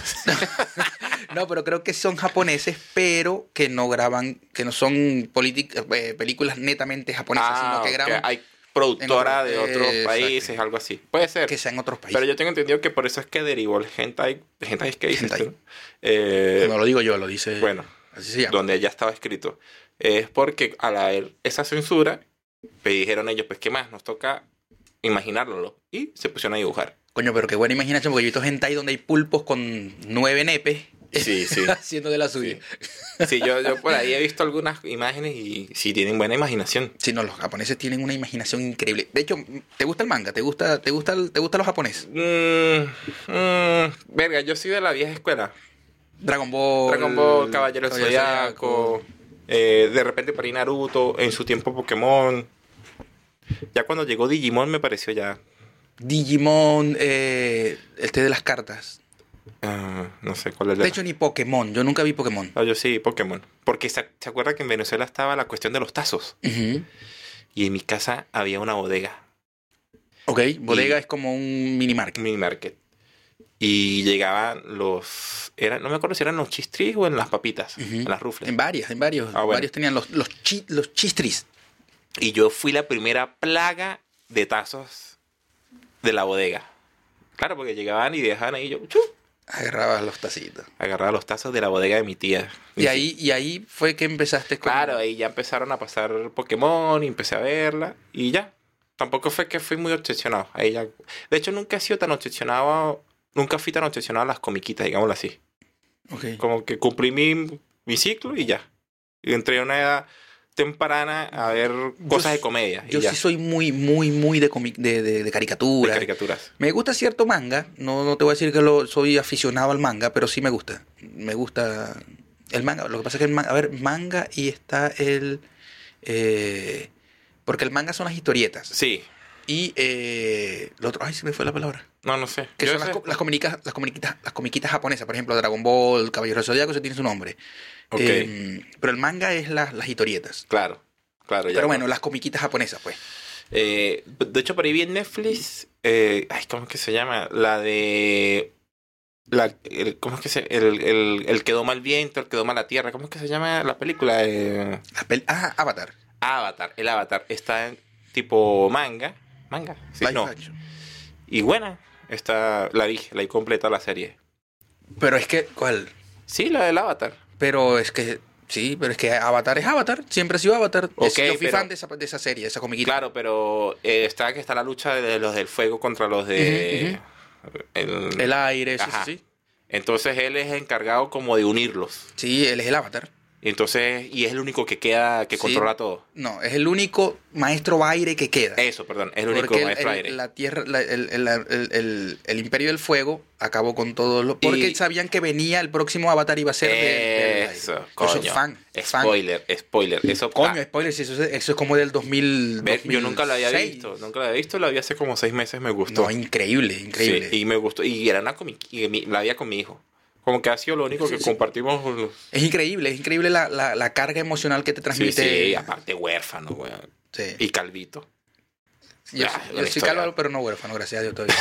Speaker 1: No, pero creo que son japoneses, pero que no graban, que no son politi- eh, películas netamente japonesas,
Speaker 2: Ah,
Speaker 1: sino que
Speaker 2: ok.
Speaker 1: graban
Speaker 2: Hay productora
Speaker 1: en otro-
Speaker 2: de otros
Speaker 1: eh,
Speaker 2: países,
Speaker 1: exacto.
Speaker 2: algo así. Puede ser.
Speaker 1: que sean otros países.
Speaker 2: eh, Pero yo tengo entendido que por eso es que derivó el hentai. ¿Hentai es que dices
Speaker 1: Hentai.
Speaker 2: tú? Eh,
Speaker 1: no lo digo yo, lo dice.
Speaker 2: Bueno,
Speaker 1: así se llama.
Speaker 2: donde ya estaba escrito. Es porque al haber esa censura, me dijeron ellos, pues, ¿qué más? Nos toca imaginarlo. Y se pusieron a dibujar.
Speaker 1: Coño, pero qué buena imaginación, porque yo he visto hentai donde hay pulpos con nueve nepes
Speaker 2: Sí, sí.
Speaker 1: haciendo de la suya.
Speaker 2: Sí, yo, yo por ahí he visto algunas imágenes y sí tienen buena imaginación.
Speaker 1: Sí, no, los japoneses tienen una imaginación increíble. De hecho, ¿te gusta el manga? ¿Te gusta, te gusta, el- te gusta los japoneses?
Speaker 2: Mm, mm, verga, yo soy de la vieja escuela.
Speaker 1: Dragon Ball.
Speaker 2: Dragon Ball, Caballero del
Speaker 1: Caballero Zodiaco.
Speaker 2: Zodiaco. eh, de repente por ahí Naruto, en su tiempo Pokémon. Ya cuando llegó Digimon me pareció ya.
Speaker 1: Digimon, eh, este de las cartas.
Speaker 2: ah, no sé cuál es la.
Speaker 1: De hecho, ni Pokémon. Yo nunca vi Pokémon.
Speaker 2: No, yo sí, Pokémon. Porque se, se acuerda que en Venezuela estaba la cuestión de los tazos.
Speaker 1: Ujú.
Speaker 2: Y en mi casa había una bodega,
Speaker 1: Ok, bodega es como un mini market.
Speaker 2: un mini market. y llegaban los... Era, no me acuerdo si eran los chistris o en las papitas,
Speaker 1: Ujú.
Speaker 2: en las rufles.
Speaker 1: En varias, en varios.
Speaker 2: Ah, bueno.
Speaker 1: Varios tenían los, los, chi- los chistris.
Speaker 2: Y yo fui la primera plaga de tazos de la bodega. Claro, porque llegaban y dejaban ahí yo chu,
Speaker 1: Agarrabas los tacitos.
Speaker 2: agarraba los tazos de la bodega de mi tía.
Speaker 1: Y ahí, y ahí fue que empezaste con...
Speaker 2: Claro, ahí ya empezaron a pasar Pokémon y empecé a verla y ya. Tampoco fue que fui muy obsesionado. Ahí ya... De hecho, nunca he sido tan obsesionado, nunca fui tan obsesionado a las comiquitas, digámoslo así.
Speaker 1: Ok.
Speaker 2: Como que cumplí mi, mi ciclo y ya. Y entré a una edad temprana a ver cosas
Speaker 1: s-
Speaker 2: de comedia. y
Speaker 1: Yo
Speaker 2: ya,
Speaker 1: sí soy ¿eh? muy, muy, muy de, comi- de, de, de
Speaker 2: de
Speaker 1: caricatura.
Speaker 2: caricaturas.
Speaker 1: Me gusta cierto manga. No, no te voy a decir que lo, soy aficionado al manga, pero sí me gusta. Me gusta el manga. Lo que pasa es que el manga... A ver, manga y está el... eh, porque el manga son las historietas.
Speaker 2: Sí,
Speaker 1: Y eh, lo otro... Ay, se me fue la palabra.
Speaker 2: no, no sé.
Speaker 1: Que
Speaker 2: Yo
Speaker 1: son las,
Speaker 2: sé-
Speaker 1: co- las, comunicas- las, comuniquitas, las comiquitas japonesas, por ejemplo, Dragon Ball, Caballero del Zodiaco, eso tiene su nombre.
Speaker 2: Ok.
Speaker 1: Eh, pero el manga es las- las historietas.
Speaker 2: Claro, claro. ya.
Speaker 1: Pero bueno, las comiquitas japonesas, pues.
Speaker 2: Eh, de hecho, por ahí vi en Netflix. eh, ay, ¿cómo es que se llama? La de. La, el- ¿Cómo es que se.? El, el, el que doma el viento, el que doma la tierra. ¿Cómo es que se llama la película? Eh,
Speaker 1: Las pel- ah, Avatar.
Speaker 2: Avatar. El Avatar está en tipo manga. Manga. Sí,
Speaker 1: live
Speaker 2: no.
Speaker 1: action.
Speaker 2: Y buena. Está, la vi, la vi completa la serie.
Speaker 1: Pero es que, ¿cuál?
Speaker 2: Sí, la del Avatar.
Speaker 1: Pero es que, sí, pero es que Avatar es Avatar. Siempre ha sido Avatar. Es-
Speaker 2: Ok,
Speaker 1: yo fui
Speaker 2: pero-
Speaker 1: fan de esa, de esa serie, de esa comiquita.
Speaker 2: Claro, pero eh, está que está la lucha de los del fuego contra los de. el-
Speaker 1: El aire, sí,
Speaker 2: Ajá.
Speaker 1: sí, sí.
Speaker 2: Entonces él es encargado como de unirlos.
Speaker 1: Sí, él es el Avatar.
Speaker 2: Y Entonces, y es el único que queda, que
Speaker 1: Sí.
Speaker 2: controla todo.
Speaker 1: No, es el único maestro aire que queda.
Speaker 2: Eso, perdón, es el único
Speaker 1: porque el-
Speaker 2: maestro
Speaker 1: el-
Speaker 2: aire.
Speaker 1: La tierra, la- el, el- el- el- el imperio del fuego acabó con todo lo. Porque
Speaker 2: Y-
Speaker 1: sabían que venía el próximo avatar iba a ser de- del aire.
Speaker 2: Eso,
Speaker 1: Yo
Speaker 2: coño.
Speaker 1: soy fan. fan.
Speaker 2: Spoiler, spoiler. Eso,
Speaker 1: Coño,
Speaker 2: ah,
Speaker 1: spoiler, si eso, es- eso es como del 2000.
Speaker 2: ver, yo nunca lo había
Speaker 1: 2006.
Speaker 2: visto, nunca lo había visto, lo había hace como seis meses, me gustó.
Speaker 1: No, increíble, increíble.
Speaker 2: Sí, y me gustó, y era una comi- y mi- la había con mi hijo. Como que ha sido lo único
Speaker 1: Sí,
Speaker 2: que
Speaker 1: sí.
Speaker 2: compartimos. los-
Speaker 1: Es increíble, es increíble la, la- la carga emocional que te
Speaker 2: Sí,
Speaker 1: transmite.
Speaker 2: sí, aparte huérfano, weón.
Speaker 1: Sí.
Speaker 2: Y calvito.
Speaker 1: Yo,
Speaker 2: Ah,
Speaker 1: yo
Speaker 2: buena
Speaker 1: soy
Speaker 2: historia.
Speaker 1: calvo, pero no huérfano, gracias a Dios todavía.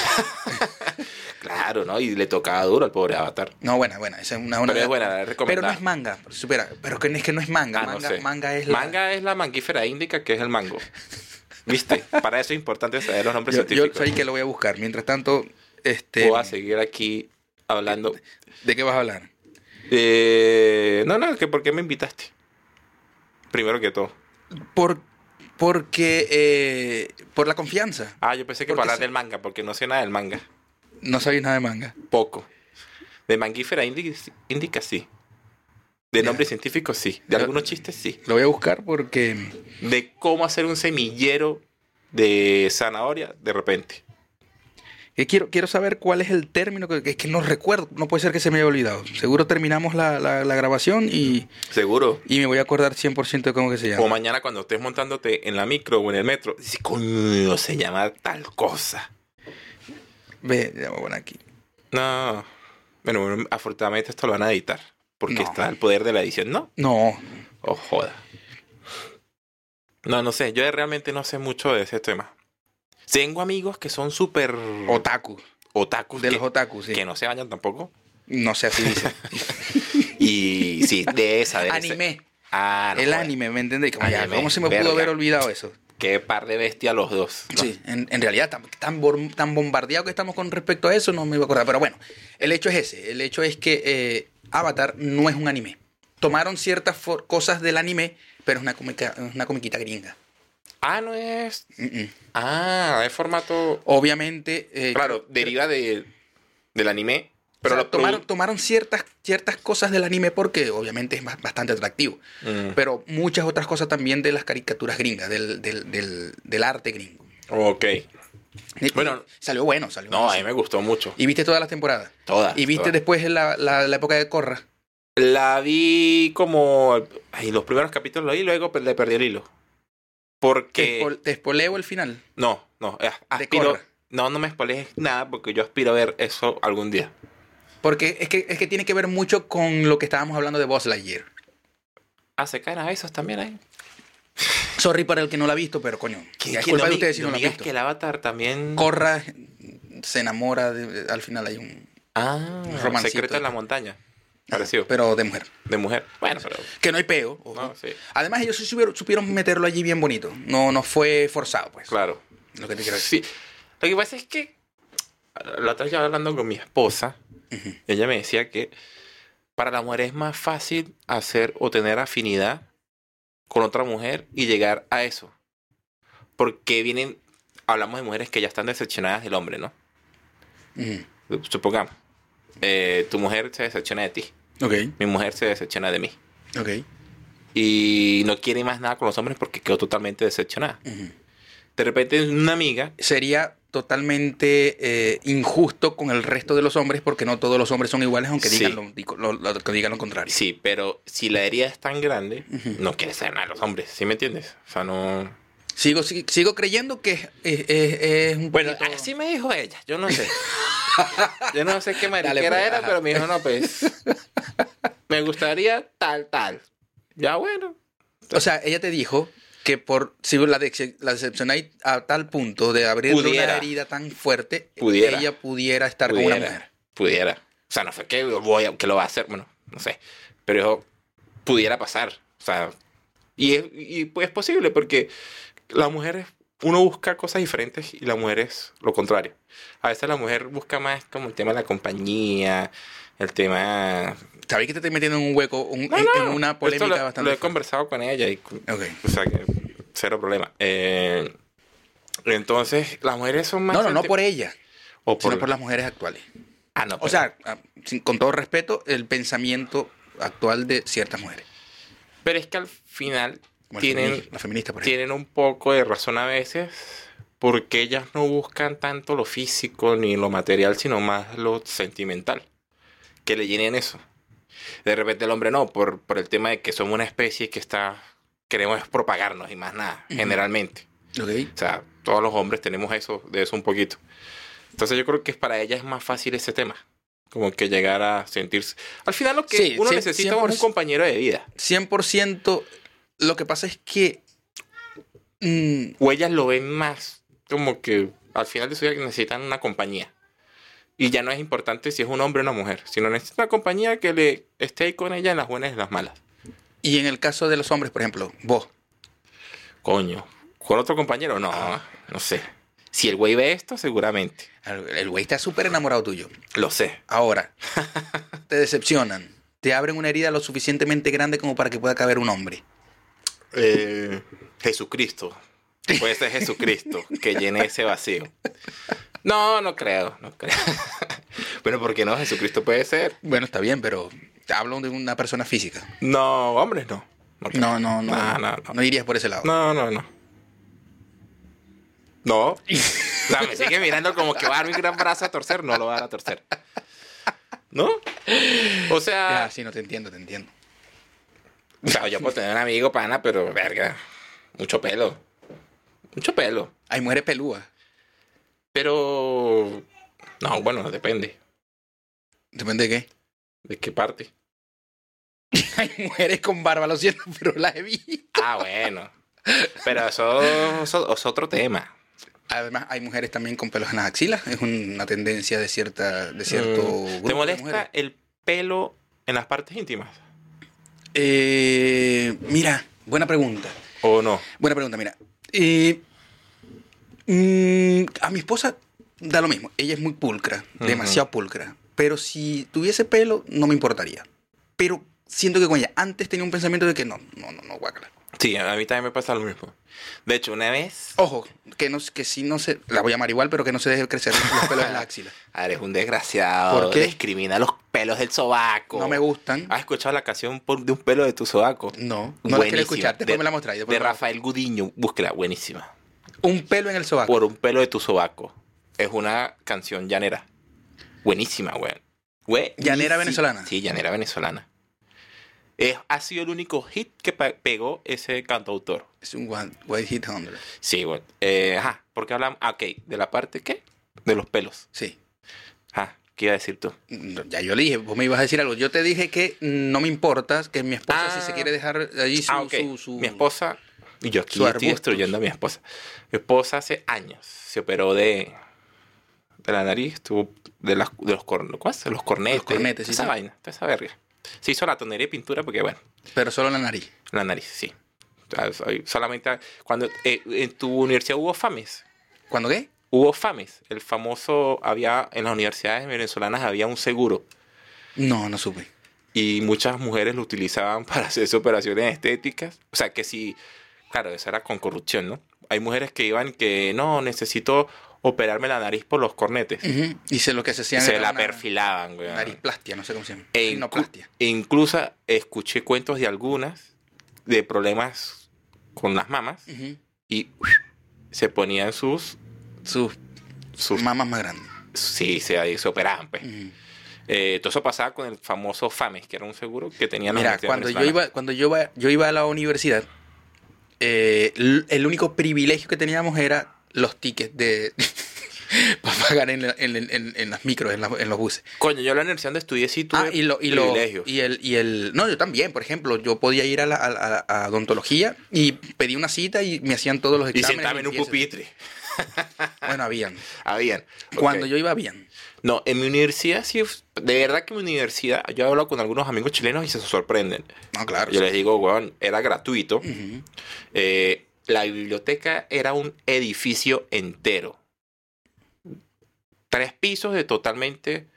Speaker 2: Claro, ¿no? Y le tocaba duro al pobre avatar.
Speaker 1: No, buena, buena. esa es una, una-
Speaker 2: Pero es buena, la
Speaker 1: Pero no
Speaker 2: recomendada.
Speaker 1: es manga, supera. Pero que, es que no es manga.
Speaker 2: Ah, no
Speaker 1: manga,
Speaker 2: sé.
Speaker 1: manga es la.
Speaker 2: Manga es la manguífera índica que es el mango. ¿Viste? Para eso es importante saber los nombres
Speaker 1: Yo, yo
Speaker 2: científicos.
Speaker 1: soy el que lo voy a buscar. Mientras tanto, este,
Speaker 2: Voy a seguir aquí hablando.
Speaker 1: ¿de qué vas a hablar?
Speaker 2: Eh, no, no, que ¿por qué me invitaste? Primero que todo.
Speaker 1: Por, porque eh, por la confianza.
Speaker 2: Ah, yo pensé que
Speaker 1: Porque
Speaker 2: para hablar
Speaker 1: sí.
Speaker 2: del manga, porque no sé nada del manga.
Speaker 1: No sabéis nada de manga.
Speaker 2: Poco. De manguífera indi- índica, sí. De
Speaker 1: Ya.
Speaker 2: nombres científicos, sí. De
Speaker 1: Yo-
Speaker 2: algunos chistes, sí.
Speaker 1: Lo voy a buscar porque
Speaker 2: De cómo hacer un semillero de zanahoria de repente.
Speaker 1: eh, quiero, quiero saber cuál es el término que, que es que no recuerdo. No puede ser que se me haya olvidado. Seguro terminamos la, la- la grabación y,
Speaker 2: Seguro.
Speaker 1: y me voy a acordar 100% de cómo que se
Speaker 2: O
Speaker 1: llama.
Speaker 2: mañana cuando estés montándote en la micro o en el metro, dices, coño, se llama tal cosa.
Speaker 1: Ve, ya voy a poner aquí.
Speaker 2: No. Bueno, bueno, afortunadamente esto lo van a editar. Porque
Speaker 1: No.
Speaker 2: está el poder de la edición, ¿no?
Speaker 1: No,
Speaker 2: Oh, joda. No, no sé. Yo realmente no sé mucho de ese tema. Tengo amigos que son súper
Speaker 1: otaku.
Speaker 2: otakus.
Speaker 1: De
Speaker 2: que,
Speaker 1: los otakus, sí.
Speaker 2: que no se bañan tampoco.
Speaker 1: No sé, así dice.
Speaker 2: Y sí, de esa, de ese-
Speaker 1: anime.
Speaker 2: Ah, no,
Speaker 1: El
Speaker 2: joda.
Speaker 1: anime, ¿me entendéis? Como, ya,
Speaker 2: Anime,
Speaker 1: ¿Cómo se me
Speaker 2: verga.
Speaker 1: pudo haber olvidado eso?
Speaker 2: Qué par de bestias los dos. ¿no?
Speaker 1: Sí, en, en realidad tan, tan, bor- tan bombardeado que estamos con respecto a eso, no me iba a acordar. Pero bueno, el hecho es ese. El hecho es que eh, Avatar no es un anime. Tomaron ciertas for- cosas del anime, pero es una, comica- es una comiquita gringa.
Speaker 2: Ah, no es.
Speaker 1: Mm, mm.
Speaker 2: Ah, es formato.
Speaker 1: Obviamente... eh,
Speaker 2: Claro,
Speaker 1: creo-
Speaker 2: deriva de, del anime. Pero
Speaker 1: o sea,
Speaker 2: lo
Speaker 1: tomaron, tomaron ciertas, ciertas cosas del anime porque obviamente es ba- bastante atractivo.
Speaker 2: Mm,
Speaker 1: Pero muchas otras cosas también de las caricaturas gringas, del, del, del, del arte gringo.
Speaker 2: ok.
Speaker 1: Y-
Speaker 2: Bueno,
Speaker 1: salió bueno, salió
Speaker 2: No,
Speaker 1: bueno,
Speaker 2: a
Speaker 1: sí.
Speaker 2: mí me gustó mucho.
Speaker 1: Y viste todas las temporadas.
Speaker 2: Todas.
Speaker 1: Y viste
Speaker 2: todas.
Speaker 1: después la, la, la época de Corra.
Speaker 2: La vi como. Ay, los primeros capítulos lo vi y luego per- le perdí el hilo.
Speaker 1: Te,
Speaker 2: Porque.
Speaker 1: espol- te espoleo el final.
Speaker 2: No, no. eh, Aspiro.
Speaker 1: corra.
Speaker 2: No, no me spoilees nada porque yo aspiro a ver eso algún día.
Speaker 1: Porque es que, es que tiene que ver mucho con lo que estábamos hablando de Boss Lightyear.
Speaker 2: Ah, se caen a besos también ahí.
Speaker 1: Sorry para el que no la ha visto, pero coño. ya es
Speaker 2: Que
Speaker 1: culpa de
Speaker 2: no di-
Speaker 1: ustedes si no la han
Speaker 2: digas
Speaker 1: visto.
Speaker 2: que el avatar también.
Speaker 1: Corra se enamora, de- al final hay un...
Speaker 2: Ah,
Speaker 1: Romancito.
Speaker 2: Secreto en la montaña. Parecido.
Speaker 1: Pero de mujer.
Speaker 2: de mujer. Bueno, pero.
Speaker 1: Que no hay peo. ojo.
Speaker 2: No, sí.
Speaker 1: Además, ellos sí supieron, supieron meterlo allí bien bonito. No, no fue forzado, pues.
Speaker 2: Claro.
Speaker 1: Lo que te quiero decir.
Speaker 2: Sí. Lo que pasa es que la otra vez yo hablando con mi esposa, ella me decía que para la mujer es más fácil hacer o tener afinidad con otra mujer y llegar a eso. Porque vienen, hablamos de mujeres que ya están decepcionadas del hombre, ¿no?
Speaker 1: Ujú.
Speaker 2: Supongamos, eh, tu mujer se decepciona de ti,
Speaker 1: Ok,
Speaker 2: mi mujer se decepciona de mí.
Speaker 1: ok.
Speaker 2: Y no quiere más nada con los hombres porque quedó totalmente decepcionada.
Speaker 1: Ujú.
Speaker 2: De repente una amiga
Speaker 1: Sería totalmente eh, injusto con el resto de los hombres porque no todos los hombres son iguales aunque
Speaker 2: Sí.
Speaker 1: digan, lo, lo- lo- que digan lo contrario.
Speaker 2: Sí, pero si la herida es tan grande,
Speaker 1: Ujú.
Speaker 2: no quieres saber nada de los hombres, ¿sí me entiendes? O sea, no...
Speaker 1: Sigo, sig- sigo creyendo que es, es- es- es un
Speaker 2: Bueno, ah,
Speaker 1: poquito-
Speaker 2: así me dijo ella, yo no sé. yo no sé qué mariquera
Speaker 1: Dale, pues,
Speaker 2: era,
Speaker 1: ajá.
Speaker 2: pero me dijo, no, pues... me gustaría tal, tal. Ya bueno. pues.
Speaker 1: O sea, ella te dijo que por si la, de- la decepcionáis a tal punto de abrirle
Speaker 2: Pudiera.
Speaker 1: una herida tan fuerte,
Speaker 2: Pudiera.
Speaker 1: ella pudiera estar
Speaker 2: pudiera,
Speaker 1: con una mujer.
Speaker 2: Pudiera. O sea, no fue que, voy a- que lo va a hacer, bueno, no sé. Pero dijo, pudiera pasar. O sea, y es, y pues es posible porque las mujeres, uno busca cosas diferentes y la mujer es lo contrario. A veces la mujer busca más como el tema de la compañía, el tema...
Speaker 1: Sabéis que te estoy metiendo en un hueco, un- en, en una polémica
Speaker 2: Esto lo,
Speaker 1: bastante.
Speaker 2: Lo he
Speaker 1: fuerte.
Speaker 2: conversado con ella y... con-
Speaker 1: Ok.
Speaker 2: O sea, que cero problema. Eh, entonces, las mujeres son más...
Speaker 1: No, no, no
Speaker 2: senti-
Speaker 1: por ella,
Speaker 2: o por-
Speaker 1: sino por las mujeres actuales.
Speaker 2: Ah, no,
Speaker 1: O
Speaker 2: pero-
Speaker 1: sea, ah, sin- con todo respeto, el pensamiento actual de ciertas mujeres.
Speaker 2: Pero es que al final
Speaker 1: Como el
Speaker 2: tienen,
Speaker 1: femini- la feminista, por ejemplo.
Speaker 2: tienen un poco de razón a veces porque ellas no buscan tanto lo físico ni lo material, sino más lo sentimental. Que le llenen eso. De repente el hombre no, por, por el tema de que somos una especie que está queremos es propagarnos y más nada,
Speaker 1: Ujú.
Speaker 2: generalmente.
Speaker 1: Ok.
Speaker 2: O sea, todos los hombres tenemos eso, de eso un poquito. Entonces yo creo que para ella es más fácil ese tema. Como que llegar a sentirse... Al final lo que
Speaker 1: Sí,
Speaker 2: uno
Speaker 1: cien-
Speaker 2: necesita es un
Speaker 1: 100%.
Speaker 2: compañero de vida.
Speaker 1: 100%, lo que pasa es que mm,
Speaker 2: o ellas lo ven más como que al final de su vida necesitan una compañía. Y ya no es importante si es un hombre o una mujer, sino necesita una compañía que le esté ahí con ella en las buenas y en las malas.
Speaker 1: Y en el caso de los hombres, por ejemplo, vos.
Speaker 2: Coño, ¿con otro compañero? No, no sé. Si el güey ve esto, seguramente.
Speaker 1: El el güey está súper enamorado tuyo.
Speaker 2: Lo sé.
Speaker 1: Ahora, te decepcionan. Te abren una herida lo suficientemente grande como para que pueda caber un hombre.
Speaker 2: Eh, Jesucristo. Puede ser Jesucristo que llene ese vacío. No, no creo, no creo. bueno, ¿por qué no? Jesucristo puede ser.
Speaker 1: Bueno, está bien, pero hablo de una persona física.
Speaker 2: No, hombres no. creo.
Speaker 1: No, no, no.
Speaker 2: No, no, no.
Speaker 1: No irías por ese lado.
Speaker 2: No, no, no. No. O sea, me sigue mirando como que va a dar mi gran brazo a torcer. No lo va a dar a torcer. ¿No? O sea,
Speaker 1: Ya, sí, no te entiendo, te entiendo.
Speaker 2: o sea, yo puedo tener un amigo pana, pero verga. Mucho pelo. Mucho pelo.
Speaker 1: Hay mujeres pelúas.
Speaker 2: Pero. No, bueno, depende.
Speaker 1: Depende de qué.
Speaker 2: ¿De qué parte?
Speaker 1: Hay mujeres con barba, lo siento, pero las he visto.
Speaker 2: Ah, bueno. Pero eso, eso- es otro tema.
Speaker 1: Además, hay mujeres también con pelos en las axilas. Es una tendencia de cierta, de cierto
Speaker 2: Mm,
Speaker 1: grupo
Speaker 2: ¿Te
Speaker 1: de
Speaker 2: molesta
Speaker 1: mujeres.
Speaker 2: el pelo en las partes íntimas?
Speaker 1: Eh, mira, buena pregunta.
Speaker 2: ¿O no?
Speaker 1: Buena pregunta, mira. Eh, mm, a mi esposa da lo mismo. Ella es muy pulcra,
Speaker 2: Ujú.
Speaker 1: demasiado pulcra. Pero si tuviese pelo, no me importaría. Pero siento que con ella, antes tenía un pensamiento de que no, no, no, no, guácala.
Speaker 2: Sí, a mí también me pasa lo mismo. De hecho, una vez.
Speaker 1: Ojo, que, no, que sí no se... La voy a llamar igual, pero que no se deje crecer los pelos en la axila.
Speaker 2: Ah, Eres un desgraciado.
Speaker 1: ¿Por qué?
Speaker 2: Discrimina los pelos del sobaco.
Speaker 1: No me gustan.
Speaker 2: ¿Has escuchado la canción por- de un pelo de tu sobaco?
Speaker 1: No, no las
Speaker 2: Buenísima.
Speaker 1: quiero escuchar. Después
Speaker 2: de,
Speaker 1: me la mostráis. después
Speaker 2: de
Speaker 1: me la-
Speaker 2: Rafael Gudiño. Búsquela, buenísima.
Speaker 1: Un pelo en el sobaco.
Speaker 2: Por un pelo de tu sobaco. Es una canción llanera. Buenísima, güey. Güey,
Speaker 1: ¿Llanera
Speaker 2: sí,
Speaker 1: venezolana?
Speaker 2: Sí, llanera venezolana. Es- ha sido el único hit que pe- pegó ese cantautor.
Speaker 1: Es un one, White Hit 100.
Speaker 2: Sí, güey. Eh, ajá, porque hablamos. ah, Ok, ¿de la parte qué? De los pelos.
Speaker 1: Sí.
Speaker 2: Ajá, Ah, ¿qué iba a decir tú?
Speaker 1: No, Ya yo le dije, vos me ibas a decir algo. Yo te dije que no me importa, que mi esposa,
Speaker 2: Ah.
Speaker 1: si se quiere dejar allí su.
Speaker 2: Ah, ok.
Speaker 1: su- su-
Speaker 2: Mi esposa, y yo aquí
Speaker 1: su
Speaker 2: estoy
Speaker 1: arbustos.
Speaker 2: destruyendo a mi esposa. Mi esposa hace años se operó de, de la nariz, tuvo de, las, de los, corn- ¿cómo es? los cornetes.
Speaker 1: Los cornetes, sí,
Speaker 2: Esa
Speaker 1: sí.
Speaker 2: vaina, toda esa verga. Se hizo la tonería de pintura porque, bueno,
Speaker 1: Pero solo en la nariz.
Speaker 2: la nariz, sí. O sea, soy- Solamente cuando eh, en tu universidad hubo FAMES.
Speaker 1: ¿Cuándo qué?
Speaker 2: Hubo FAMES. El famoso, había en las universidades venezolanas había un seguro.
Speaker 1: No, no supe.
Speaker 2: Y muchas mujeres lo utilizaban para hacerse operaciones estéticas. O sea, que sí, claro, eso era con corrupción, ¿no? Hay mujeres que iban que, no, necesito operarme la nariz por los cornetes.
Speaker 1: Ujú. Y sé lo que se hacían.
Speaker 2: Se
Speaker 1: era
Speaker 2: la
Speaker 1: una
Speaker 2: perfilaban, güey.
Speaker 1: Narizplastia, no sé cómo se llama.
Speaker 2: E,
Speaker 1: Rinoplastia.
Speaker 2: inclu- e incluso escuché cuentos de algunas de problemas con las mamas
Speaker 1: Ujú.
Speaker 2: y se ponían sus...
Speaker 1: Sus
Speaker 2: sus
Speaker 1: mamas más grandes.
Speaker 2: sí, se, se operaban, pues.
Speaker 1: Ujú.
Speaker 2: Eh, todo eso pasaba con el famoso FAMES, que era un seguro que tenían las
Speaker 1: Mira, cuando
Speaker 2: universidades
Speaker 1: yo
Speaker 2: venezolanas.
Speaker 1: iba, cuando yo iba, yo iba a la universidad, eh, l- el único privilegio que teníamos era los tickets de para pagar en, la- en- en- en las micros, en, la- en los buses.
Speaker 2: Coño, yo en la universidad donde estudié sí tuve
Speaker 1: Ah, y lo, y lo-
Speaker 2: privilegios.
Speaker 1: y el, y el, no, yo también, por ejemplo, yo podía ir a la a, a- a odontología y pedí una cita y me hacían todos los
Speaker 2: y
Speaker 1: exámenes.
Speaker 2: sentaba en un
Speaker 1: limpiezas.
Speaker 2: pupitre.
Speaker 1: Bueno, habían.
Speaker 2: Habían.
Speaker 1: Cuando
Speaker 2: Ok.
Speaker 1: yo iba, habían.
Speaker 2: No, en mi universidad sí... De verdad que en mi universidad... Yo he hablado con algunos amigos chilenos y se sorprenden.
Speaker 1: No, claro.
Speaker 2: Yo les digo, weón, era gratuito.
Speaker 1: Ujú.
Speaker 2: Eh, la biblioteca era un edificio entero. Tres pisos de totalmente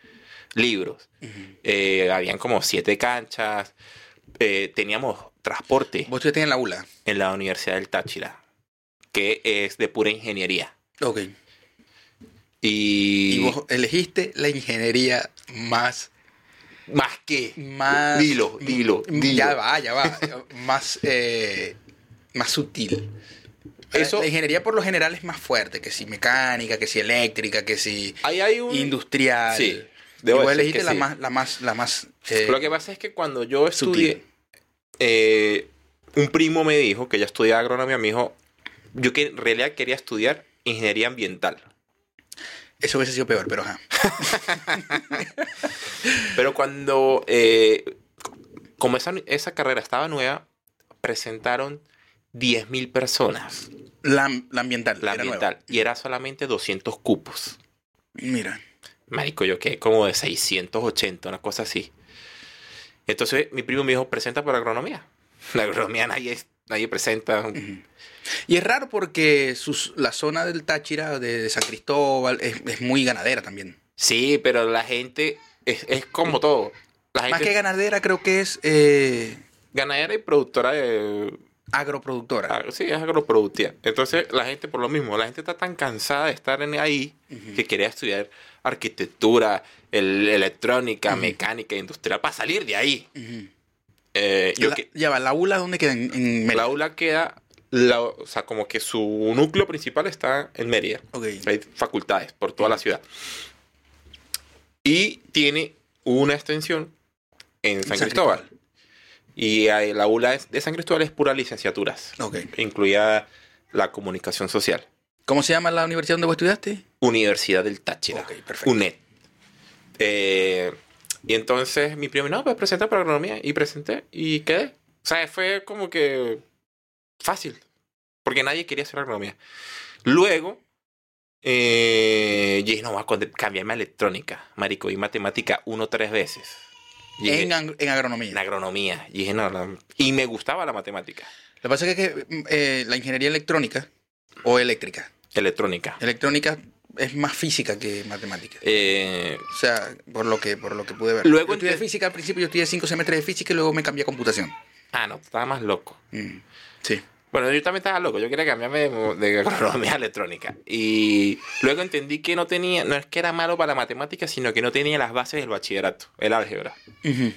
Speaker 2: libros.
Speaker 1: Ujú.
Speaker 2: Eh, habían como siete canchas. Eh, teníamos transporte
Speaker 1: Vos estuviste en la ULA.
Speaker 2: en la Universidad del Táchira, que es de pura ingeniería.
Speaker 1: Ok.
Speaker 2: Y,
Speaker 1: Y vos elegiste la ingeniería más
Speaker 2: más que
Speaker 1: más.
Speaker 2: Dilo, dilo,
Speaker 1: m-
Speaker 2: dilo.
Speaker 1: Ya va, ya va. más, eh, más sutil.
Speaker 2: Eso-
Speaker 1: La ingeniería por lo general es más fuerte, que si mecánica, que si eléctrica, que si
Speaker 2: ahí hay un
Speaker 1: industrial.
Speaker 2: Ah, Sí,
Speaker 1: Y
Speaker 2: debo
Speaker 1: vos
Speaker 2: decir
Speaker 1: elegiste
Speaker 2: que
Speaker 1: la
Speaker 2: sí.
Speaker 1: más, la más, la más. eh,
Speaker 2: Lo que pasa es que cuando yo
Speaker 1: sutil.
Speaker 2: estudié, eh, un primo me dijo que ya estudiaba agronomía, me dijo, yo que en realidad quería estudiar ingeniería ambiental.
Speaker 1: Eso hubiese sido peor, pero ajá.
Speaker 2: Pero cuando, eh, como esa, esa carrera estaba nueva, presentaron 10.000 personas
Speaker 1: La, la ambiental.
Speaker 2: la
Speaker 1: era
Speaker 2: ambiental y era solamente 200 cupos.
Speaker 1: nueva. Mira.
Speaker 2: Marico, yo quedé como de 680, una cosa así. Entonces mi primo me dijo, presenta por agronomía. La agronomía nadie, nadie presenta.
Speaker 1: Ujú. Y es raro porque sus, la zona del Táchira, de, de San Cristóbal, es, es muy ganadera también.
Speaker 2: Sí, pero la gente es, es como todo. La
Speaker 1: Más
Speaker 2: gente
Speaker 1: que ganadera, creo que es eh,
Speaker 2: ganadera y productora de...
Speaker 1: agroproductora.
Speaker 2: ah, Sí, es agroproductiva. Entonces la gente por lo mismo, la gente está tan cansada de estar en ahí
Speaker 1: Ujú.
Speaker 2: que quería estudiar arquitectura, el- electrónica,
Speaker 1: Ujú.
Speaker 2: mecánica, industrial para salir de ahí.
Speaker 1: Ujú.
Speaker 2: Eh, yo
Speaker 1: La-
Speaker 2: que-
Speaker 1: Ya va, la ULA, ¿dónde queda? En, en Mérida.
Speaker 2: la aula queda, la- o sea, como que su núcleo principal está en Mérida.
Speaker 1: Ok.
Speaker 2: Hay facultades por toda la ciudad. Y tiene una extensión en San,
Speaker 1: San
Speaker 2: Cristóbal. Y ahí la ULA es- de San Cristóbal es pura licenciaturas,
Speaker 1: Ok.
Speaker 2: incluida la comunicación social.
Speaker 1: ¿Cómo se llama la universidad donde vos estudiaste?
Speaker 2: Universidad del Táchira,
Speaker 1: Ok, perfecto.
Speaker 2: UNED. Eh, y entonces mi primo, no, pues presenta para agronomía. Y presenté y quedé. O sea, fue como que fácil. Porque nadie quería hacer agronomía. Luego, eh, yo dije, no, voy a con- cambiarme a electrónica, marico, y matemática uno tres veces. Y dije,
Speaker 1: En, ang- en agronomía.
Speaker 2: en agronomía. Y dije, no, no. Y me gustaba la matemática,
Speaker 1: Lo que pasa es que mm, eh, la ingeniería electrónica o eléctrica. Eh.
Speaker 2: electrónica.
Speaker 1: Electrónica es más física que matemática.
Speaker 2: Eh,
Speaker 1: O sea, por lo que, por lo que pude ver.
Speaker 2: Luego
Speaker 1: yo estudié
Speaker 2: ente-
Speaker 1: física al principio, yo estudié cinco semestres de física y luego me cambié a computación.
Speaker 2: ah, no, estaba más loco.
Speaker 1: Mm, Sí.
Speaker 2: Bueno, yo también estaba loco, yo quería cambiarme de, de agronomía a electrónica. Y luego entendí que no tenía, no es que era malo para la matemática, sino que no tenía las bases del bachillerato, el álgebra.
Speaker 1: Ujú.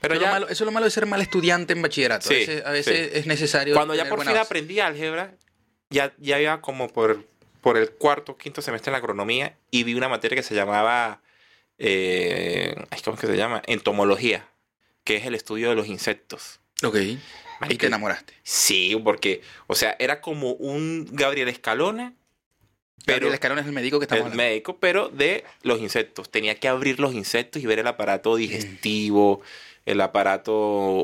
Speaker 2: Pero
Speaker 1: eso,
Speaker 2: ya,
Speaker 1: es lo malo, eso es lo malo de ser mal estudiante en bachillerato.
Speaker 2: Sí,
Speaker 1: a veces, a veces es necesario.
Speaker 2: cuando ya
Speaker 1: tener
Speaker 2: por
Speaker 1: buena
Speaker 2: fin
Speaker 1: base.
Speaker 2: aprendí álgebra, ya, ya iba como por, por el cuarto, quinto semestre en la agronomía y vi una materia que se llamaba, eh, ay, ¿cómo es que se llama? Entomología, que es el estudio de los insectos.
Speaker 1: Ok. Y te
Speaker 2: Marica,
Speaker 1: enamoraste.
Speaker 2: Sí, porque, o sea, era como un Gabriel Escalona,
Speaker 1: Pero
Speaker 2: pero...
Speaker 1: el escalón es el médico que estamos
Speaker 2: el
Speaker 1: hablando.
Speaker 2: médico, pero de los insectos. Tenía que abrir los insectos y ver el aparato digestivo, el aparato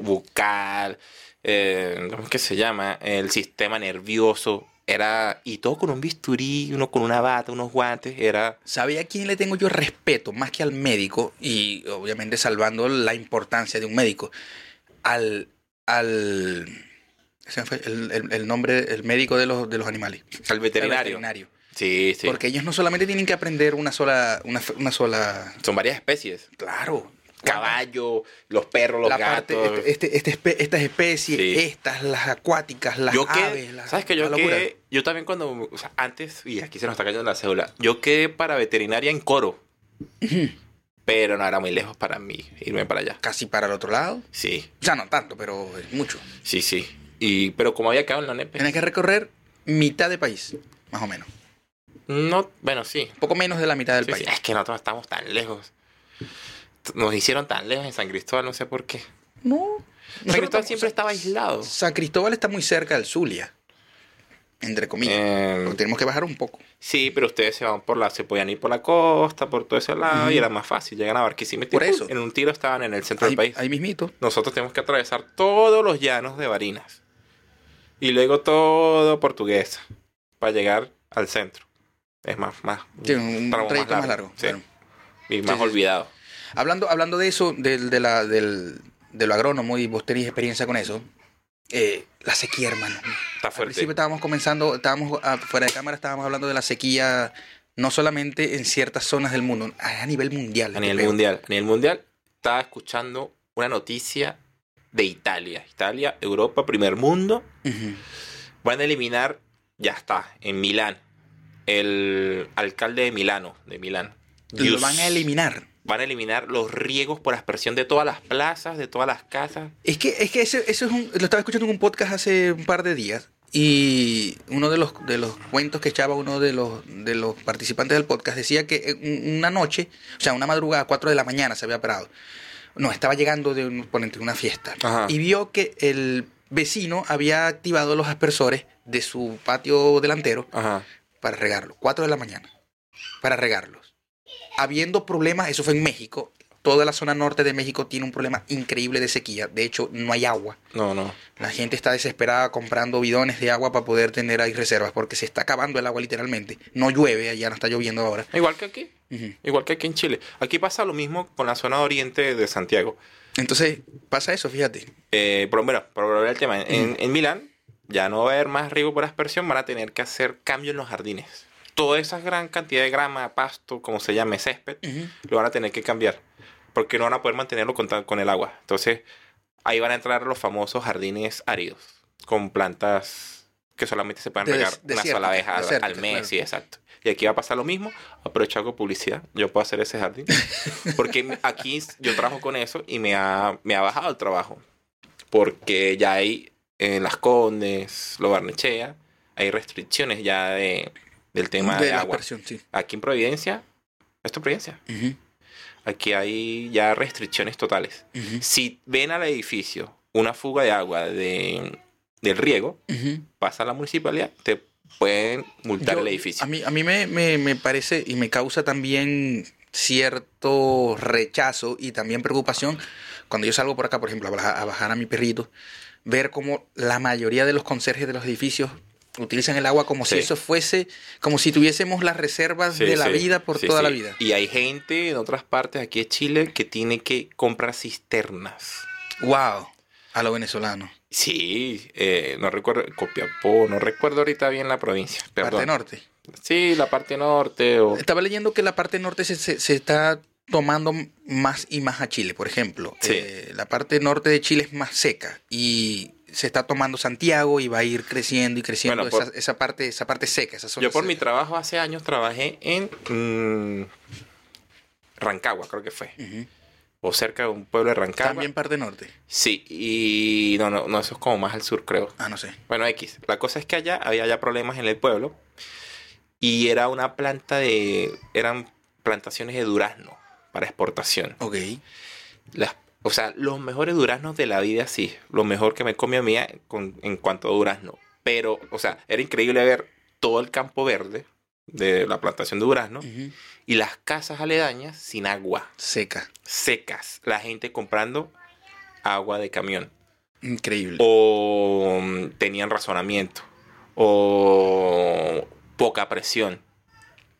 Speaker 2: bucal, eh, ¿cómo es que se llama? El sistema nervioso. Era, y todo con un bisturí, uno con una bata, unos guantes, era...
Speaker 1: ¿Sabía a quién le tengo yo respeto más que al médico? Y obviamente salvando la importancia de un médico. Al. al ese fue el, el- el nombre, el médico de los, de los animales.
Speaker 2: Al
Speaker 1: Al
Speaker 2: veterinario.
Speaker 1: veterinario.
Speaker 2: Sí, sí.
Speaker 1: Porque ellos no solamente tienen que aprender una sola. Una, una sola.
Speaker 2: Son varias especies.
Speaker 1: Claro.
Speaker 2: Caballo, los perros, los
Speaker 1: la parte,
Speaker 2: gatos.
Speaker 1: este- este- espe- estas especies,
Speaker 2: Sí.
Speaker 1: estas, las acuáticas, las
Speaker 2: yo quedé-
Speaker 1: aves. la-
Speaker 2: ¿Sabes que yo
Speaker 1: la locura.
Speaker 2: quedé- Yo también cuando... o sea, antes... Y aquí se nos está cayendo la cédula. Yo quedé para veterinaria en coro. pero no era muy lejos para mí irme para allá.
Speaker 1: Casi para el otro lado.
Speaker 2: Sí,
Speaker 1: Ya no tanto, pero es mucho.
Speaker 2: sí, sí. Y, pero como había quedado en la NEP...
Speaker 1: Tienes que recorrer mitad de país, más o menos.
Speaker 2: No, bueno, sí.
Speaker 1: Poco menos de la mitad del
Speaker 2: Sí, sí,
Speaker 1: país.
Speaker 2: Es que nosotros estamos tan lejos. Nos hicieron tan lejos en San Cristóbal, no sé por qué.
Speaker 1: No.
Speaker 2: San
Speaker 1: Nosotros
Speaker 2: Cristóbal
Speaker 1: estamos-
Speaker 2: siempre estaba aislado.
Speaker 1: San Cristóbal está muy cerca del Zulia. Entre comillas.
Speaker 2: Eh,
Speaker 1: Porque tenemos que bajar un poco.
Speaker 2: sí, pero ustedes se van por la, se podían ir por la costa, por todo ese lado, y era más fácil. Llegan a Barquisimeto. y
Speaker 1: Por eso.
Speaker 2: En un tiro estaban en el centro
Speaker 1: Ahí,
Speaker 2: del país. Mm.
Speaker 1: ahí mismito.
Speaker 2: Nosotros tenemos que atravesar todos los llanos de Barinas. Y luego todo Portuguesa. Para llegar al centro. Es más, más.
Speaker 1: Sí, un
Speaker 2: tramo
Speaker 1: trayecto más largo.
Speaker 2: sí,
Speaker 1: claro.
Speaker 2: Y más
Speaker 1: sí, sí.
Speaker 2: olvidado.
Speaker 1: Hablando, hablando de eso, del, de la, del, de lo agrónomo, y vos tenéis experiencia con eso. eh, la sequía, hermano.
Speaker 2: Está
Speaker 1: Al principio
Speaker 2: fuerte.
Speaker 1: estábamos comenzando, estábamos ah, fuera de cámara, estábamos hablando de la sequía, no solamente en ciertas zonas del mundo, a nivel mundial.
Speaker 2: A
Speaker 1: qué
Speaker 2: nivel
Speaker 1: feo.
Speaker 2: mundial. A nivel mundial, estaba escuchando una noticia de Italia. Italia, Europa, primer mundo.
Speaker 1: Ujú.
Speaker 2: Van a eliminar, ya está, en Milán. El alcalde de Milano, de Milán.
Speaker 1: Lo van a eliminar.
Speaker 2: Van a eliminar los riegos por aspersión de todas las plazas, de todas las casas.
Speaker 1: Es que, es que eso, eso es un, lo estaba escuchando en un podcast hace un par de días y uno de los, de los cuentos que echaba uno de los, de los participantes del podcast decía que en una noche, o sea, una madrugada, 4 de la mañana se había parado. No, estaba llegando de un, ponente, una fiesta
Speaker 2: Ajá.
Speaker 1: y vio que el vecino había activado los aspersores de su patio delantero
Speaker 2: Ajá.
Speaker 1: para regarlo. 4 de la mañana. Para regarlos. Habiendo problemas, eso fue en México. Toda la zona norte de México tiene un problema increíble de sequía. De hecho, no hay agua.
Speaker 2: No, no.
Speaker 1: La gente está desesperada comprando bidones de agua para poder tener ahí reservas porque se está acabando el agua literalmente. No llueve, allá no está lloviendo ahora.
Speaker 2: Igual que aquí.
Speaker 1: Ujú.
Speaker 2: Igual que aquí en Chile. Aquí pasa lo mismo con la zona oriente de Santiago.
Speaker 1: Entonces, pasa eso, fíjate.
Speaker 2: Eh, pero bueno, para volver al tema, en, en Milán ya no va a haber más riego por aspersión, van a tener que hacer cambio en los jardines. Toda esa gran cantidad de grama, pasto, como se llame, césped,
Speaker 1: Ujú.
Speaker 2: lo van a tener que cambiar. Porque no van a poder mantenerlo con, tan- con el agua. Entonces, ahí van a entrar los famosos jardines áridos, con plantas que solamente se pueden
Speaker 1: De-
Speaker 2: regar una
Speaker 1: desérticas,
Speaker 2: sola vez al, al
Speaker 1: desérticas,
Speaker 2: mes,
Speaker 1: claro.
Speaker 2: sí, exacto. Y aquí va a pasar lo mismo, aprovecho hago publicidad, yo puedo hacer ese jardín. Porque aquí yo trabajo con eso y me ha, me ha bajado el trabajo. Porque ya hay en Las Condes, Lo Barnechea, hay restricciones ya de, del tema de,
Speaker 1: de la
Speaker 2: agua.
Speaker 1: aspersión, sí.
Speaker 2: Aquí en Providencia, esto es Providencia,
Speaker 1: Ujú,
Speaker 2: aquí hay ya restricciones totales.
Speaker 1: ujú,
Speaker 2: Si ven al edificio una fuga de agua de, del riego,
Speaker 1: ujú.
Speaker 2: pasa a la municipalidad, te pueden multar
Speaker 1: Yo-
Speaker 2: el edificio.
Speaker 1: A mí, a mí me, me- me parece y me causa también cierto rechazo y también preocupación cuando yo salgo por acá, por ejemplo, a baja- a bajar a mi perrito, ver cómo la mayoría de los conserjes de los edificios utilizan el agua como
Speaker 2: Sí.
Speaker 1: si eso fuese, como si tuviésemos las reservas
Speaker 2: Sí,
Speaker 1: de la
Speaker 2: sí,
Speaker 1: vida por
Speaker 2: sí,
Speaker 1: toda
Speaker 2: sí.
Speaker 1: la vida.
Speaker 2: Y hay gente en otras partes aquí de Chile que tiene que comprar cisternas.
Speaker 1: Wow, a los venezolanos.
Speaker 2: Sí, eh, no recuerdo, Copiapó, no recuerdo ahorita bien la provincia,
Speaker 1: Parte
Speaker 2: perdón.
Speaker 1: norte.
Speaker 2: Sí, la parte norte o...
Speaker 1: Estaba leyendo que la parte norte se, se- se está tomando más y más a Chile, por ejemplo.
Speaker 2: Sí.
Speaker 1: Eh, la parte norte de Chile es más seca y se está tomando Santiago y va a ir creciendo y creciendo
Speaker 2: Bueno, por-
Speaker 1: esa, esa parte, esa parte seca, esa zona
Speaker 2: Yo por mi
Speaker 1: seca.
Speaker 2: trabajo hace años trabajé en mm, Rancagua, creo que fue.
Speaker 1: Ujú.
Speaker 2: O cerca de un pueblo de Rancagua.
Speaker 1: También parte norte.
Speaker 2: Sí, y no, no, no, eso es como más al sur, creo.
Speaker 1: Ah, no sé.
Speaker 2: Bueno, X. La cosa es que allá había ya problemas en el pueblo. Y era una planta de. Eran plantaciones de durazno para exportación.
Speaker 1: Ok.
Speaker 2: Las, o sea, los mejores duraznos de la vida, sí. Lo mejor que me comió mía con, en cuanto a durazno. Pero, o sea, era increíble ver todo el campo verde de la plantación de durazno
Speaker 1: Ujú.
Speaker 2: y las casas aledañas sin agua,
Speaker 1: Seca.
Speaker 2: secas. La gente comprando agua de camión Oh.
Speaker 1: Increíble.
Speaker 2: o mm, tenían razonamiento o poca presión.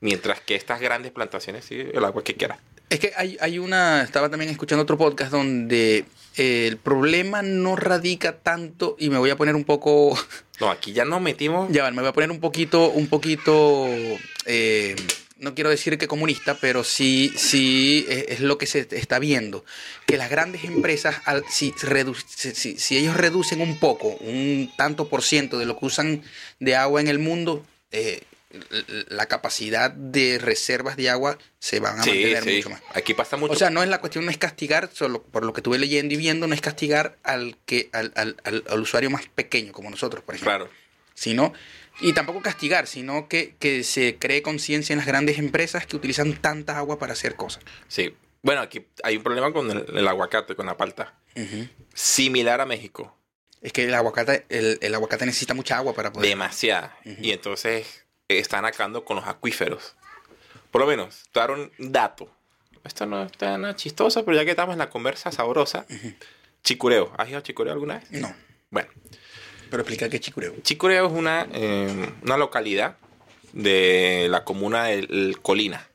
Speaker 2: Mientras que estas grandes plantaciones, sí, el agua que quieras.
Speaker 1: Es que hay, hay una, estaba también escuchando otro podcast donde eh, el problema no radica tanto, y me voy a poner un poco,
Speaker 2: No, aquí ya nos metimos.
Speaker 1: ya van, me voy a poner un poquito, un poquito, eh, no quiero decir que comunista, pero sí, sí es, es lo que se está viendo. Que las grandes empresas, al- si, redu- si- si- si ellos reducen un poco, un tanto por ciento de lo que usan de agua en el mundo, eh, l- la capacidad de reservas de agua se van a
Speaker 2: sí,
Speaker 1: mantener
Speaker 2: sí.
Speaker 1: mucho más.
Speaker 2: Aquí pasa mucho.
Speaker 1: O sea, no es la cuestión, no es castigar, solo por lo que estuve leyendo y viendo, no es castigar al que al, al- al- al usuario más pequeño, como nosotros, por ejemplo.
Speaker 2: claro.
Speaker 1: Sino, y tampoco castigar, sino que, que se cree conciencia en las grandes empresas que utilizan tanta agua para hacer cosas.
Speaker 2: Sí. Bueno, aquí hay un problema con el, el aguacate, con la palta. Similar a México.
Speaker 1: Es que el aguacate, el, el aguacate necesita mucha agua para poder.
Speaker 2: Demasiada.
Speaker 1: Pues, Ujú.
Speaker 2: Y entonces eh, están acabando con los acuíferos. Por lo menos, dar un dato. Esto no está nada chistoso, pero ya que estamos en la conversa sabrosa. Chicureo. ¿Has ido a Chicureo alguna vez?
Speaker 1: No,
Speaker 2: Bueno,
Speaker 1: pero explica qué chicureo.
Speaker 2: Chicureo es una, eh, una localidad de la comuna de El Colina.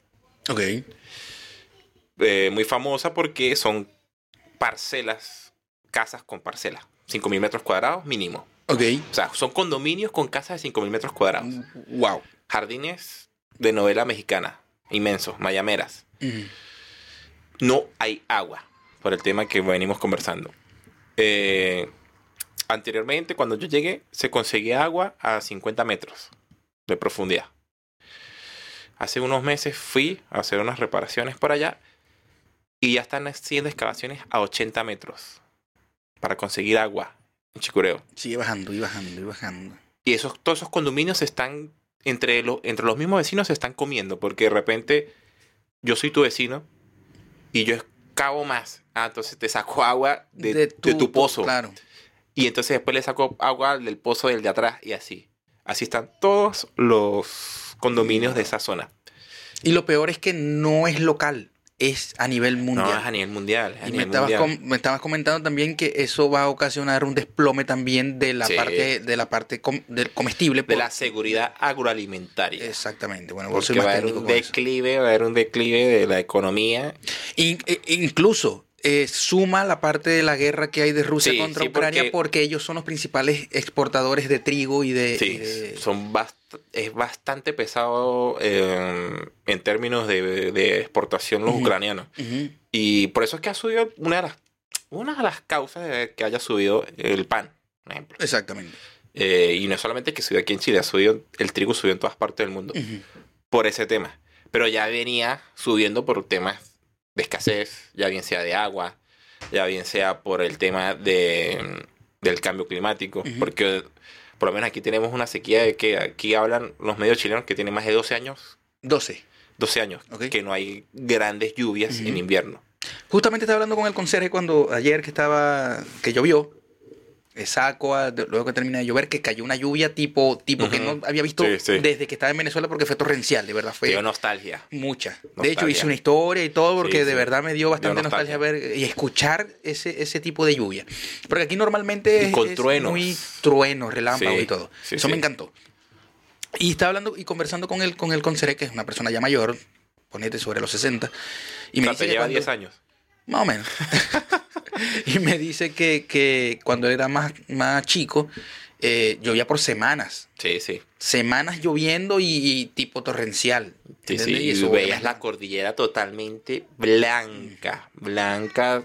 Speaker 1: Ok.
Speaker 2: eh, muy famosa porque son parcelas, casas con parcelas. 5.000 metros cuadrados mínimo.
Speaker 1: Ok.
Speaker 2: O sea, son condominios con casas de 5.000 metros cuadrados.
Speaker 1: Wow.
Speaker 2: Jardines de novela mexicana, inmensos, mayameras. No hay agua, por el tema que venimos conversando. Eh, anteriormente, cuando yo llegué, se conseguía agua a 50 metros de profundidad. Hace unos meses fui a hacer unas reparaciones por allá y ya están haciendo excavaciones a 80 metros para conseguir agua en Chicureo.
Speaker 1: Sigue bajando y bajando y bajando.
Speaker 2: Y esos, todos esos condominios se están, entre, lo- entre los mismos vecinos se están comiendo, porque de repente yo soy tu vecino y yo excavo más. Ah, entonces te saco agua de, de tu, pozo.
Speaker 1: Claro.
Speaker 2: Y entonces después le saco agua al del pozo del de atrás y así. Así están todos los condominios de esa zona.
Speaker 1: Y lo peor es que no es local, es a nivel mundial.
Speaker 2: No, es a nivel mundial. es a
Speaker 1: Y me
Speaker 2: nivel
Speaker 1: estabas,
Speaker 2: mundial.
Speaker 1: com- me estabas comentando también que eso va a ocasionar un desplome también de la
Speaker 2: Sí.
Speaker 1: parte de la parte com- del comestible
Speaker 2: De
Speaker 1: por-
Speaker 2: la seguridad agroalimentaria.
Speaker 1: exactamente bueno vos sois
Speaker 2: Porque va a
Speaker 1: más
Speaker 2: haber
Speaker 1: técnico
Speaker 2: un
Speaker 1: con eso.
Speaker 2: declive, va a haber un declive de la economía
Speaker 1: In- e- incluso eh, suma la parte de la guerra que hay de Rusia
Speaker 2: Sí,
Speaker 1: contra
Speaker 2: sí,
Speaker 1: Ucrania porque...
Speaker 2: porque-
Speaker 1: ellos son los principales exportadores de trigo y de, y
Speaker 2: Sí,
Speaker 1: de-
Speaker 2: son bast- es bastante pesado eh, en términos de, de exportación los
Speaker 1: Ujú.
Speaker 2: ucranianos.
Speaker 1: Ujú.
Speaker 2: Y por eso es que ha subido una de las, una de las causas de que haya subido el pan, por ejemplo.
Speaker 1: exactamente
Speaker 2: Eh, y no solamente que subió aquí en Chile, ha subido, el trigo subió en todas partes del mundo
Speaker 1: Ujú.
Speaker 2: por ese tema. Pero ya venía subiendo por temas de escasez, ya bien sea de agua, ya bien sea por el tema de, mm, del cambio climático,
Speaker 1: Ujú.
Speaker 2: porque por lo menos aquí tenemos una sequía de que aquí hablan los medios chilenos que tienen más de 12 años,
Speaker 1: 12
Speaker 2: 12 años,
Speaker 1: Ok.
Speaker 2: que no hay grandes lluvias
Speaker 1: Ujú.
Speaker 2: en invierno.
Speaker 1: Justamente estaba hablando con el conserje cuando ayer que estaba, que llovió, saco, luego que termina de llover, que cayó una lluvia tipo, tipo que
Speaker 2: Ujú.
Speaker 1: no había visto
Speaker 2: Sí, sí.
Speaker 1: desde que estaba en Venezuela porque fue torrencial, de verdad,
Speaker 2: Te
Speaker 1: fue
Speaker 2: dio nostalgia.
Speaker 1: mucha. De
Speaker 2: Nostalgia.
Speaker 1: hecho, hice una historia y todo porque
Speaker 2: Sí,
Speaker 1: de
Speaker 2: sí.
Speaker 1: verdad me dio bastante
Speaker 2: Dio
Speaker 1: nostalgia.
Speaker 2: nostalgia.
Speaker 1: ver y escuchar ese, ese tipo de lluvia. Porque aquí normalmente
Speaker 2: Y
Speaker 1: es,
Speaker 2: con
Speaker 1: es
Speaker 2: truenos.
Speaker 1: muy truenos, relámpagos
Speaker 2: Sí,
Speaker 1: y todo.
Speaker 2: sí,
Speaker 1: Eso
Speaker 2: sí.
Speaker 1: me encantó. Y estaba hablando y conversando con el, con el conserje, que es una persona ya mayor, ponete sobre los 60, y
Speaker 2: Y
Speaker 1: me dice que
Speaker 2: lleva
Speaker 1: cuando-
Speaker 2: 10 años.
Speaker 1: más o menos. y me dice que, que cuando era más, más chico, eh, llovía por semanas.
Speaker 2: Sí, sí.
Speaker 1: Semanas lloviendo y, y tipo torrencial.
Speaker 2: Sí,
Speaker 1: ¿entiendes?
Speaker 2: sí, y
Speaker 1: eso,
Speaker 2: veías la
Speaker 1: obviamente,
Speaker 2: cordillera totalmente blanca, blanca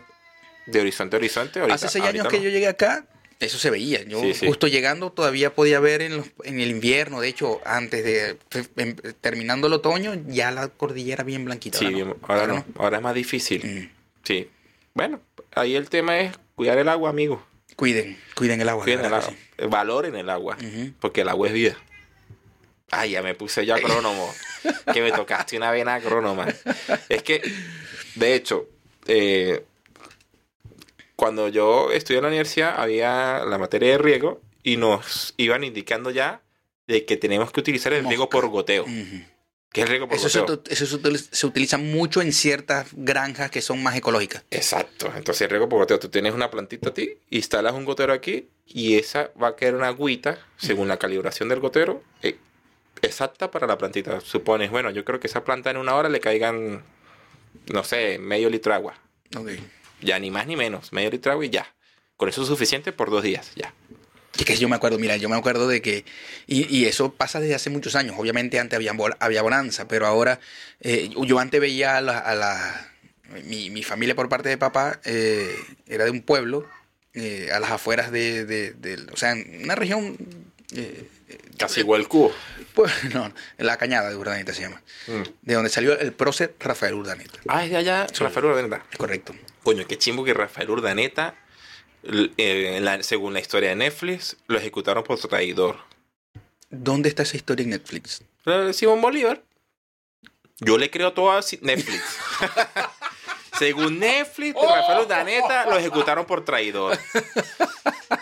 Speaker 2: de horizonte a horizonte. ahorita-
Speaker 1: Hace seis
Speaker 2: ahorita
Speaker 1: años que
Speaker 2: no.
Speaker 1: yo llegué acá, eso se veía. Yo
Speaker 2: Sí, sí.
Speaker 1: justo llegando todavía podía ver en, los- en el invierno, de hecho, antes de en- terminando el otoño, ya la cordillera bien blanquita.
Speaker 2: Sí,
Speaker 1: ahora no.
Speaker 2: bien, ahora no, ahora es más difícil.
Speaker 1: no. Mm.
Speaker 2: Sí. Bueno, ahí el tema es cuidar el agua, amigo.
Speaker 1: Cuiden, cuiden el agua.
Speaker 2: Cuiden
Speaker 1: la
Speaker 2: el
Speaker 1: verdad
Speaker 2: agua. Eh, Valoren el agua,
Speaker 1: que sí. Ujú.
Speaker 2: porque el agua es vida. Ay, ya me puse yo agrónomo, que me tocaste una vena agrónoma. Es que, de hecho, eh, cuando yo estudié en la universidad había la materia de riego y nos iban indicando ya de que tenemos que utilizar el riego por goteo.
Speaker 1: Ujú.
Speaker 2: que es el riego por
Speaker 1: Mm. Eso, se,
Speaker 2: goteo.
Speaker 1: ut- eso se util- se utiliza mucho en ciertas granjas que son más ecológicas.
Speaker 2: Exacto. Entonces, riego por goteo. Tú tienes una plantita a ti, instalas un gotero aquí y esa va a caer una agüita, según la calibración del gotero, eh, exacta para la plantita. Supones, bueno, yo creo que esa planta en una hora le caigan, no sé, medio litro de agua. Ya ni más ni menos, medio litro de agua y ya. Con eso es suficiente por dos días, ya.
Speaker 1: Y que yo me acuerdo, mira, yo me acuerdo de que, y, y eso pasa desde hace muchos años, obviamente antes había, bol- había bonanza, pero ahora, eh, yo antes veía a la, a la- mi, mi familia por parte de papá eh, era de un pueblo, eh, a las afueras de, de- del- o sea, en una región, eh,
Speaker 2: Casi igual cubo. Mm.
Speaker 1: pues, no, la cañada de Urdaneta se llama, de donde salió el prócer Rafael Urdaneta,
Speaker 2: Ah, es de allá, Rafael Urdaneta.
Speaker 1: es correcto.
Speaker 2: Coño, qué chimbo que Rafael Urdaneta, l- eh, en la- según la historia de Netflix, lo ejecutaron por traidor.
Speaker 1: ¿Dónde está esa historia en Netflix?
Speaker 2: Eh, Simón Bolívar. Yo le creo todo a Si- Netflix. Según Netflix, Rafael Urdaneta lo ejecutaron por traidor.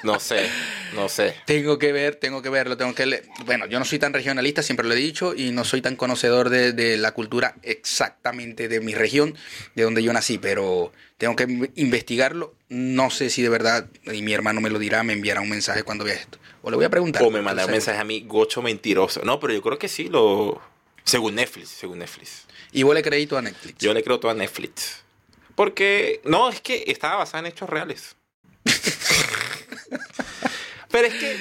Speaker 2: No sé, no sé.
Speaker 1: Tengo que ver, tengo que verlo, tengo que leer. Bueno, yo no soy tan regionalista, siempre lo he dicho, y no soy tan conocedor de, de la cultura exactamente de mi región, de donde yo nací, pero tengo que in- investigarlo. No sé si de verdad, y mi hermano me lo dirá, me enviará un mensaje cuando vea esto. O le voy a preguntar.
Speaker 2: O me mandaron un
Speaker 1: Entonces,
Speaker 2: mensaje a mí, gocho mentiroso. No, pero yo creo que sí, lo... Según Netflix, según Netflix.
Speaker 1: Y vos le crédito a Netflix.
Speaker 2: Yo le creo todo a Netflix. Porque, no, es que estaba basada en hechos reales. Pero es que,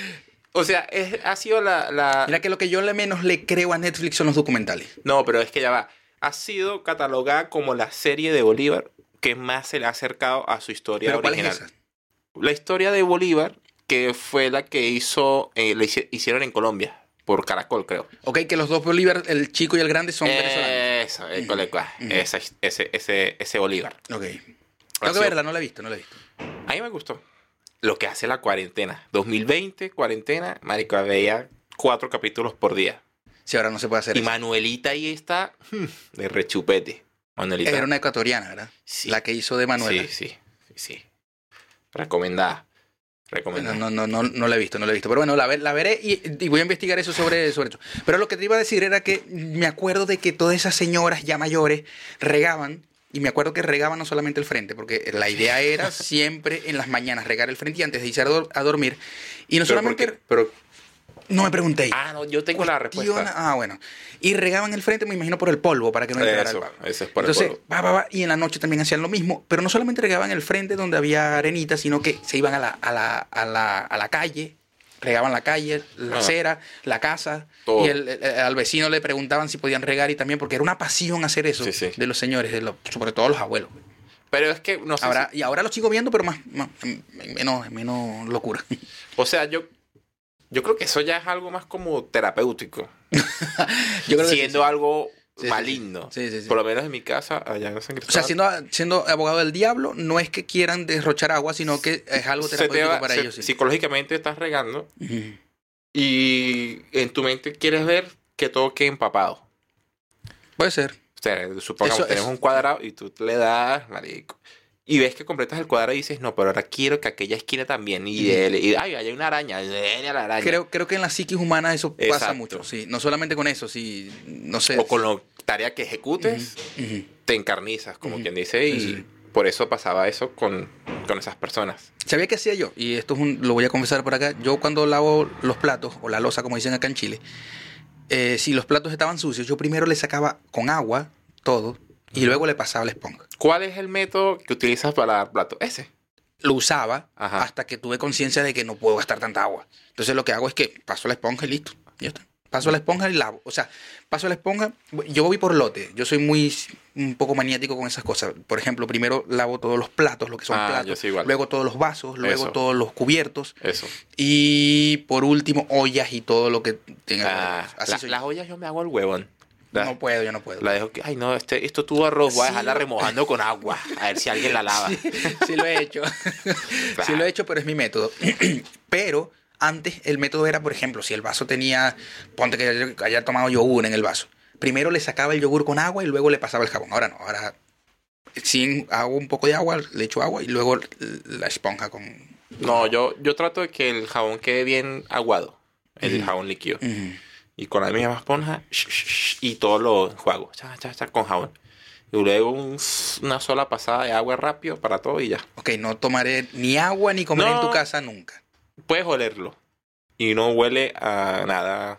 Speaker 2: o sea, es- ha sido la... la-
Speaker 1: Mira que lo que yo le menos le creo a Netflix son los documentales.
Speaker 2: No, pero es que ya va. Ha sido catalogada como la serie de Bolívar que más se le ha acercado a su historia
Speaker 1: Pero ¿cuál es
Speaker 2: original.
Speaker 1: esa?
Speaker 2: La historia de Bolívar, que fue la que hizo, eh, la hici- hicieron en Colombia, por Caracol, creo.
Speaker 1: Ok, que los dos Bolívar, el chico y el grande,
Speaker 2: Eh,
Speaker 1: son venezolanos.
Speaker 2: Eso, eh, cuál es cuál.
Speaker 1: Ujú.
Speaker 2: Esa- ese, ese, ese Bolívar.
Speaker 1: Ok.
Speaker 2: Ha
Speaker 1: Tengo que
Speaker 2: sido-
Speaker 1: verla, no la he visto, no la he visto.
Speaker 2: A mí me gustó. Lo que hace la cuarentena. 2020, cuarentena, marico, veía cuatro capítulos por día.
Speaker 1: Si ahora no se puede hacer
Speaker 2: Y
Speaker 1: eso.
Speaker 2: Manuelita ahí está hmm, de rechupete. Manuelita.
Speaker 1: Era una ecuatoriana, ¿verdad?
Speaker 2: Sí.
Speaker 1: La que hizo de Manuela.
Speaker 2: Sí, sí, sí. sí. Recomendada.
Speaker 1: Bueno,
Speaker 2: Recomendada.
Speaker 1: no, no, no, no la he visto, no la he visto. Pero bueno, la, ve- la veré y, y voy a investigar eso sobre, sobre eso. Pero lo que te iba a decir era que me acuerdo de que todas esas señoras ya mayores regaban. Y me acuerdo que regaban no solamente el frente, porque la idea era siempre en las mañanas regar el frente y antes de irse a, dor- a dormir. Y no
Speaker 2: Pero
Speaker 1: solamente.
Speaker 2: porque- pero-
Speaker 1: No me preguntéis.
Speaker 2: ah, no, yo tengo la
Speaker 1: Cuestiona-
Speaker 2: respuesta.
Speaker 1: Ah, bueno. Y regaban el frente, me imagino, por el polvo, para que no entrara
Speaker 2: Eso,
Speaker 1: el polvo.
Speaker 2: eso es por el
Speaker 1: Entonces,
Speaker 2: polvo.
Speaker 1: va, va, va, y en la noche también hacían lo mismo, pero no solamente regaban el frente donde había arenita, sino que se iban a la, a la, a la, a la calle, regaban la calle, la
Speaker 2: Ah.
Speaker 1: acera, la casa,
Speaker 2: Todo.
Speaker 1: y el- el- al vecino le preguntaban si podían regar y también, porque era una pasión hacer eso
Speaker 2: Sí, sí.
Speaker 1: de los señores, de los, sobre todo los abuelos.
Speaker 2: Pero es que no sé.
Speaker 1: Ahora,
Speaker 2: si-
Speaker 1: Y ahora lo sigo viendo, pero más, más- menos, menos locura.
Speaker 2: o sea, yo, yo creo que eso ya es algo más como terapéutico.
Speaker 1: Yo creo que sí,
Speaker 2: siendo
Speaker 1: sí.
Speaker 2: algo
Speaker 1: Sí, sí,
Speaker 2: maligno.
Speaker 1: sí. Sí, sí, sí.
Speaker 2: Por lo menos en mi casa, allá en San
Speaker 1: O sea,
Speaker 2: Cristóbal.
Speaker 1: siendo, siendo abogado del diablo, no es que quieran derrochar agua, sino que es algo
Speaker 2: se te
Speaker 1: terapéutico
Speaker 2: va-
Speaker 1: para
Speaker 2: se-
Speaker 1: ellos. sí.
Speaker 2: Psicológicamente estás regando
Speaker 1: Ujú.
Speaker 2: y en tu mente quieres ver que todo quede empapado.
Speaker 1: Puede ser.
Speaker 2: O sea, supongamos
Speaker 1: Eso-
Speaker 2: que tenemos
Speaker 1: eso-
Speaker 2: un cuadrado y tú le das, marico. Y ves que completas el cuadrado y dices, no, pero ahora quiero que aquella esquina también. Y,
Speaker 1: Ujú.
Speaker 2: dele, y ay, ahí hay una araña, dele a la araña.
Speaker 1: Creo, creo que en las psiquis humanas eso pasa
Speaker 2: Exacto.
Speaker 1: mucho. Sí. No solamente con eso, sí, no sé.
Speaker 2: o con la tarea que ejecutes,
Speaker 1: Ujú.
Speaker 2: te encarnizas, como
Speaker 1: Ujú.
Speaker 2: quien dice.
Speaker 1: Sí,
Speaker 2: Y
Speaker 1: sí, sí.
Speaker 2: por eso pasaba eso con, con esas personas.
Speaker 1: ¿Sabía qué hacía yo? Y esto es un- lo voy a confesar por acá. Yo cuando lavo los platos, o la losa como dicen acá en Chile, eh, si los platos estaban sucios, yo primero le sacaba con agua todo y luego le pasaba la esponja.
Speaker 2: ¿Cuál es el método que utilizas para lavar plato? Ese.
Speaker 1: lo usaba
Speaker 2: Ajá.
Speaker 1: hasta que tuve conciencia de que no puedo gastar tanta agua. Entonces lo que hago es que paso la esponja y listo. Ya está. Paso la esponja y lavo. O sea, paso la esponja. Yo voy por lote. Yo soy muy un poco maniático con esas cosas. Por ejemplo, primero lavo todos los platos, lo que son
Speaker 2: Ah, yo
Speaker 1: platos.
Speaker 2: soy igual.
Speaker 1: Luego todos los vasos, luego
Speaker 2: Eso.
Speaker 1: todos los cubiertos.
Speaker 2: Eso.
Speaker 1: Y por último, ollas y todo lo que tenga.
Speaker 2: Ah,
Speaker 1: Así
Speaker 2: la-
Speaker 1: soy.
Speaker 2: las ollas yo me hago el huevón. La-
Speaker 1: No puedo, yo no puedo.
Speaker 2: La dejo que, ay no, este, esto tuvo arroz, voy a
Speaker 1: Sí.
Speaker 2: dejarla remojando con agua, a ver si alguien la lava.
Speaker 1: Sí, sí lo he hecho. Sí lo he hecho, pero es mi método. pero antes el método era, por ejemplo, si el vaso tenía, ponte que haya- haya tomado yogur en el vaso. Primero le sacaba el yogur con agua y luego le pasaba el jabón. Ahora no, ahora sin hago un poco de agua, le echo agua y luego la esponja con...
Speaker 2: No, yo, yo trato de que el jabón quede bien aguado, el
Speaker 1: Ujú. Mm.
Speaker 2: jabón líquido.
Speaker 1: Ujú.
Speaker 2: Y con la misma esponja sh- sh- sh- y todo lo enjuago. Cha, cha, cha, con jabón. Y luego un s- una sola pasada de agua rápido para todo y ya.
Speaker 1: Ok, no tomaré ni agua ni comer en tu
Speaker 2: No.
Speaker 1: casa nunca.
Speaker 2: Puedes olerlo. Y no huele a nada.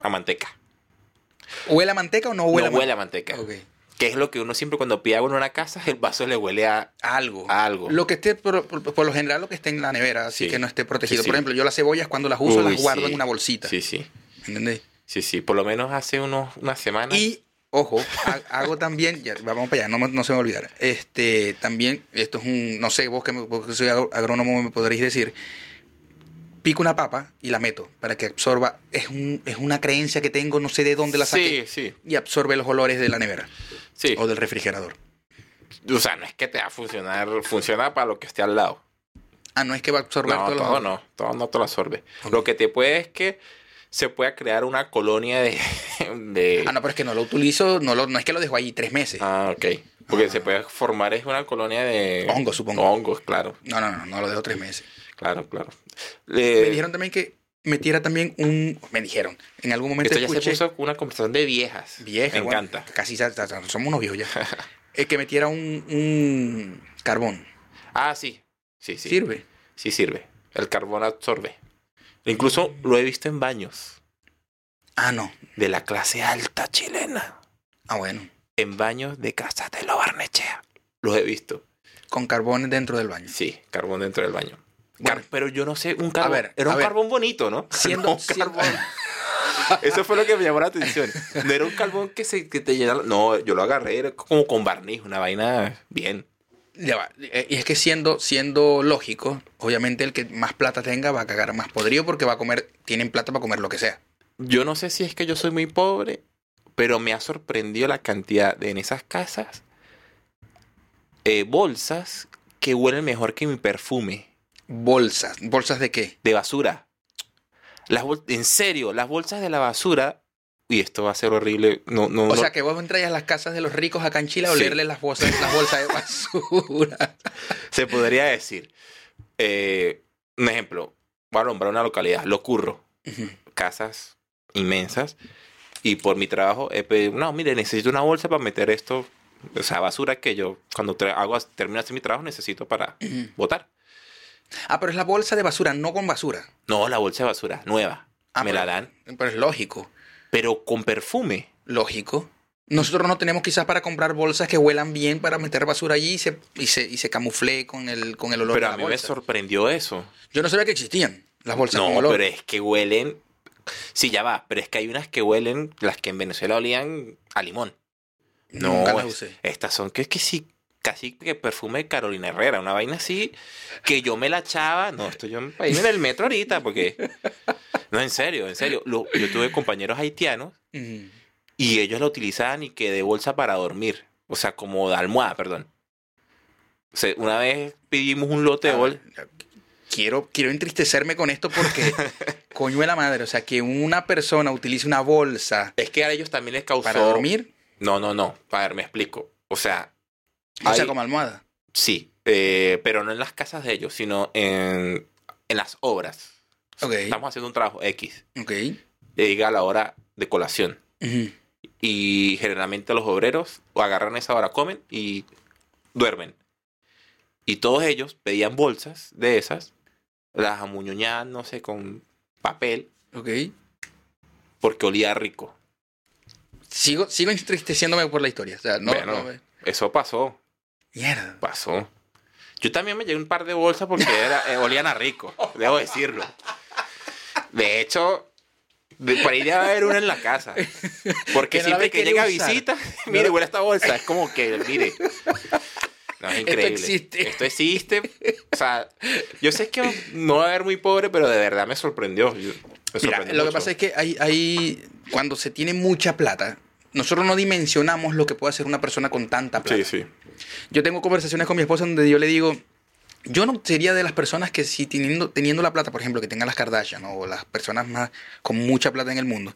Speaker 2: A manteca.
Speaker 1: ¿Huele a manteca o no huele
Speaker 2: no
Speaker 1: a
Speaker 2: huele a manteca.
Speaker 1: manteca? Ok.
Speaker 2: Que es lo que uno siempre cuando pide agua en una casa, el vaso le huele a,
Speaker 1: Algo.
Speaker 2: a algo.
Speaker 1: Lo que esté, por, por- por lo general, lo que esté en la nevera, así
Speaker 2: Sí.
Speaker 1: que no esté protegido.
Speaker 2: Sí, sí.
Speaker 1: Por ejemplo, yo las cebollas cuando las uso
Speaker 2: Uy,
Speaker 1: las guardo
Speaker 2: sí.
Speaker 1: en una bolsita.
Speaker 2: Sí, sí.
Speaker 1: ¿Entendés?
Speaker 2: Sí, sí. Por lo menos hace unos, una semana.
Speaker 1: Y, ojo, ha- hago también, ya, vamos para allá, no, me- no se me va a olvidar. Este, también, esto es un, no sé, vos que, me- vos que soy agro- agrónomo me podréis decir, pico una papa y la meto para que absorba, es, un, es una creencia que tengo, no sé de dónde la saqué,
Speaker 2: Sí, sí.
Speaker 1: y absorbe los olores de la nevera
Speaker 2: Sí.
Speaker 1: o del refrigerador.
Speaker 2: O sea, no es que te va a funcionar. Funciona para lo que esté al lado.
Speaker 1: Ah, no es que va a absorber
Speaker 2: No,
Speaker 1: todos los
Speaker 2: todo no, todo no te lo absorbe.
Speaker 1: Ok.
Speaker 2: Lo que te puede es que se pueda crear una colonia de... de-
Speaker 1: Ah, no, pero es que no lo utilizo, no, lo, no es que lo dejo ahí tres meses.
Speaker 2: Ah, ok. Porque se puede formar es una colonia de...
Speaker 1: Hongos, supongo.
Speaker 2: Hongos, claro,
Speaker 1: No, no, no, no lo dejo tres meses.
Speaker 2: claro, claro.
Speaker 1: Me
Speaker 2: Eh,
Speaker 1: dijeron también que metiera también un, me dijeron, en algún momento
Speaker 2: esto ya
Speaker 1: escuché...
Speaker 2: se puso una conversación de viejas.
Speaker 1: vieja.
Speaker 2: Me
Speaker 1: bueno,
Speaker 2: encanta.
Speaker 1: casi sa- sa- sa- somos unos viejos ya. Eh, que metiera un, un carbón.
Speaker 2: Ah, sí. Sí, sí.
Speaker 1: Sirve.
Speaker 2: Sí sirve. El carbón absorbe. Incluso lo he visto en baños
Speaker 1: Ah, no.
Speaker 2: de la clase alta chilena.
Speaker 1: Ah, bueno.
Speaker 2: En baños de casas de lo Barnechea. Los he visto.
Speaker 1: Con carbón dentro del baño.
Speaker 2: Sí, carbón dentro del baño.
Speaker 1: Bueno.
Speaker 2: Car- pero yo no sé, un carbón.
Speaker 1: ver,
Speaker 2: era
Speaker 1: a
Speaker 2: un
Speaker 1: ver.
Speaker 2: carbón bonito, ¿no?
Speaker 1: Siendo-
Speaker 2: No, un
Speaker 1: siendo-
Speaker 2: carbón. Eso fue lo que me llamó la atención. No era un carbón que, se, que te llenaba. No, yo lo agarré, era como con barniz, una vaina bien.
Speaker 1: Ya va. Eh, Y es que siendo, siendo lógico, obviamente el que más plata tenga va a cagar más podrido porque va a comer, tienen plata para comer lo que sea.
Speaker 2: Yo no sé si es que yo soy muy pobre, pero me ha sorprendido la cantidad de en esas casas eh, bolsas que huelen mejor que mi perfume
Speaker 1: Bolsas. ¿Bolsas de qué?
Speaker 2: de basura. Las bol- en serio, las bolsas de la basura. Y esto va a ser horrible. No, no,
Speaker 1: O
Speaker 2: no-
Speaker 1: sea que vos entras a las casas de los ricos acá en Chile a
Speaker 2: Sí.
Speaker 1: olerle las, bolsas, las bolsas de basura.
Speaker 2: Se podría decir. eh, un ejemplo, voy a nombrar una localidad, Lo Curro,
Speaker 1: Ujú.
Speaker 2: casas inmensas. Y por mi trabajo he pedido, no, mire, necesito una bolsa para meter esto, o sea, basura que yo cuando tra- hago, termino de hacer mi trabajo necesito para
Speaker 1: Ujú.
Speaker 2: botar.
Speaker 1: ah, pero es la bolsa de basura, no con basura.
Speaker 2: No, la bolsa de basura, nueva,
Speaker 1: Ah,
Speaker 2: me la
Speaker 1: pero-
Speaker 2: dan,
Speaker 1: Pero es lógico.
Speaker 2: pero con perfume.
Speaker 1: Lógico. Nosotros no tenemos quizás para comprar bolsas que huelan bien para meter basura allí y se, y se, y se camufle con el, con el olor
Speaker 2: pero
Speaker 1: de
Speaker 2: a
Speaker 1: la
Speaker 2: mí me
Speaker 1: bolsa.
Speaker 2: sorprendió eso.
Speaker 1: Yo no sabía que existían las bolsas
Speaker 2: No,
Speaker 1: con olor.
Speaker 2: pero es que huelen, sí, ya va, pero es que hay unas que huelen, las que en Venezuela olían a limón. No,
Speaker 1: Nunca las
Speaker 2: es-
Speaker 1: usé.
Speaker 2: estas son que, que sí, casi que perfume de Carolina Herrera, una vaina así, que yo me la echaba. No, esto yo para irme en el metro ahorita, porque. No, en serio, en serio. Lo- yo tuve compañeros haitianos
Speaker 1: Ujú.
Speaker 2: y ellos la utilizaban y que de bolsa para dormir. O sea, como de almohada, perdón. O sea, una vez pedimos un lote
Speaker 1: Ah.
Speaker 2: de bolsa.
Speaker 1: Quiero, quiero entristecerme con esto porque, coño de la madre, o sea, que una persona utilice una bolsa
Speaker 2: Es que a ellos también les causó.
Speaker 1: para dormir,
Speaker 2: No, no, no. A ver, me explico. O sea,
Speaker 1: o sea,
Speaker 2: Ahí-
Speaker 1: como almohada.
Speaker 2: sí. eh, pero no en las casas de ellos, sino en, en las obras.
Speaker 1: Ok,
Speaker 2: Estamos haciendo un trabajo X.
Speaker 1: ok.
Speaker 2: llega la hora de colación.
Speaker 1: Ujú.
Speaker 2: Y generalmente los obreros agarran esa hora, comen y duermen. Y todos ellos pedían bolsas de esas, las amuñoñaban, no sé, con papel,
Speaker 1: Ok.
Speaker 2: porque olía rico.
Speaker 1: Sigo, sigo entristeciéndome por la historia. O sea, no,
Speaker 2: Bueno.
Speaker 1: no-
Speaker 2: Eso pasó,
Speaker 1: Mierda.
Speaker 2: pasó. Yo también me llevé un par de bolsas porque era, eh, olían a rico, debo decirlo. De hecho, de, por ahí debe haber una en la casa. Porque
Speaker 1: Que no la
Speaker 2: siempre
Speaker 1: había
Speaker 2: que
Speaker 1: querido
Speaker 2: llega
Speaker 1: usar.
Speaker 2: visita, mire, huele a esta bolsa. Es como que, mire. No, es increíble.
Speaker 1: existe.
Speaker 2: Esto existe. O sea, yo sé que no va a haber muy pobre, pero de verdad me sorprendió. Yo-
Speaker 1: Mira,
Speaker 2: me sorprendió
Speaker 1: lo que
Speaker 2: mucho.
Speaker 1: pasa es que hay, hay- cuando se tiene mucha plata, nosotros no dimensionamos lo que puede hacer una persona con tanta plata.
Speaker 2: Sí, sí.
Speaker 1: Yo tengo conversaciones con mi esposa donde yo le digo, yo no sería de las personas que si teniendo, teniendo la plata, por ejemplo, que tengan las Kardashian ¿no? o las personas más con mucha plata en el mundo,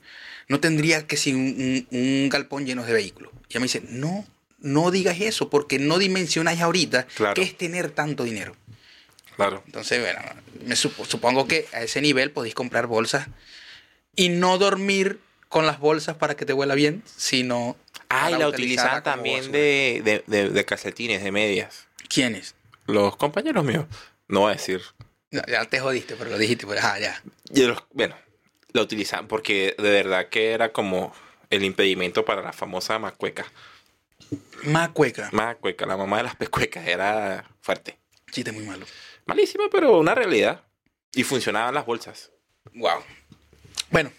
Speaker 1: no tendría que si un, un- un galpón lleno de vehículos. Y ella me dice, no, no digas eso porque no dimensionáis ahorita
Speaker 2: Claro.
Speaker 1: qué es tener tanto dinero.
Speaker 2: Claro.
Speaker 1: Entonces, bueno, me supo- supongo que a ese nivel podéis comprar bolsas y no dormir con las bolsas para que te huela bien, sino.
Speaker 2: Ah, y
Speaker 1: para
Speaker 2: la
Speaker 1: utilizarla
Speaker 2: utilizaban
Speaker 1: como
Speaker 2: también
Speaker 1: basura.
Speaker 2: de, de, de- de calcetines, de medias.
Speaker 1: ¿Quiénes?
Speaker 2: Los compañeros míos. No voy a decir.
Speaker 1: No, ya te jodiste, pero lo dijiste, pues, ah, ya.
Speaker 2: Y los- bueno, la utilizaban porque de verdad que era como el impedimento para la famosa macueca.
Speaker 1: Macueca.
Speaker 2: Macueca, la mamá de las pescuecas, era fuerte.
Speaker 1: Chiste muy malo.
Speaker 2: Malísima, pero una realidad. Y funcionaban las bolsas.
Speaker 1: Wow. Bueno,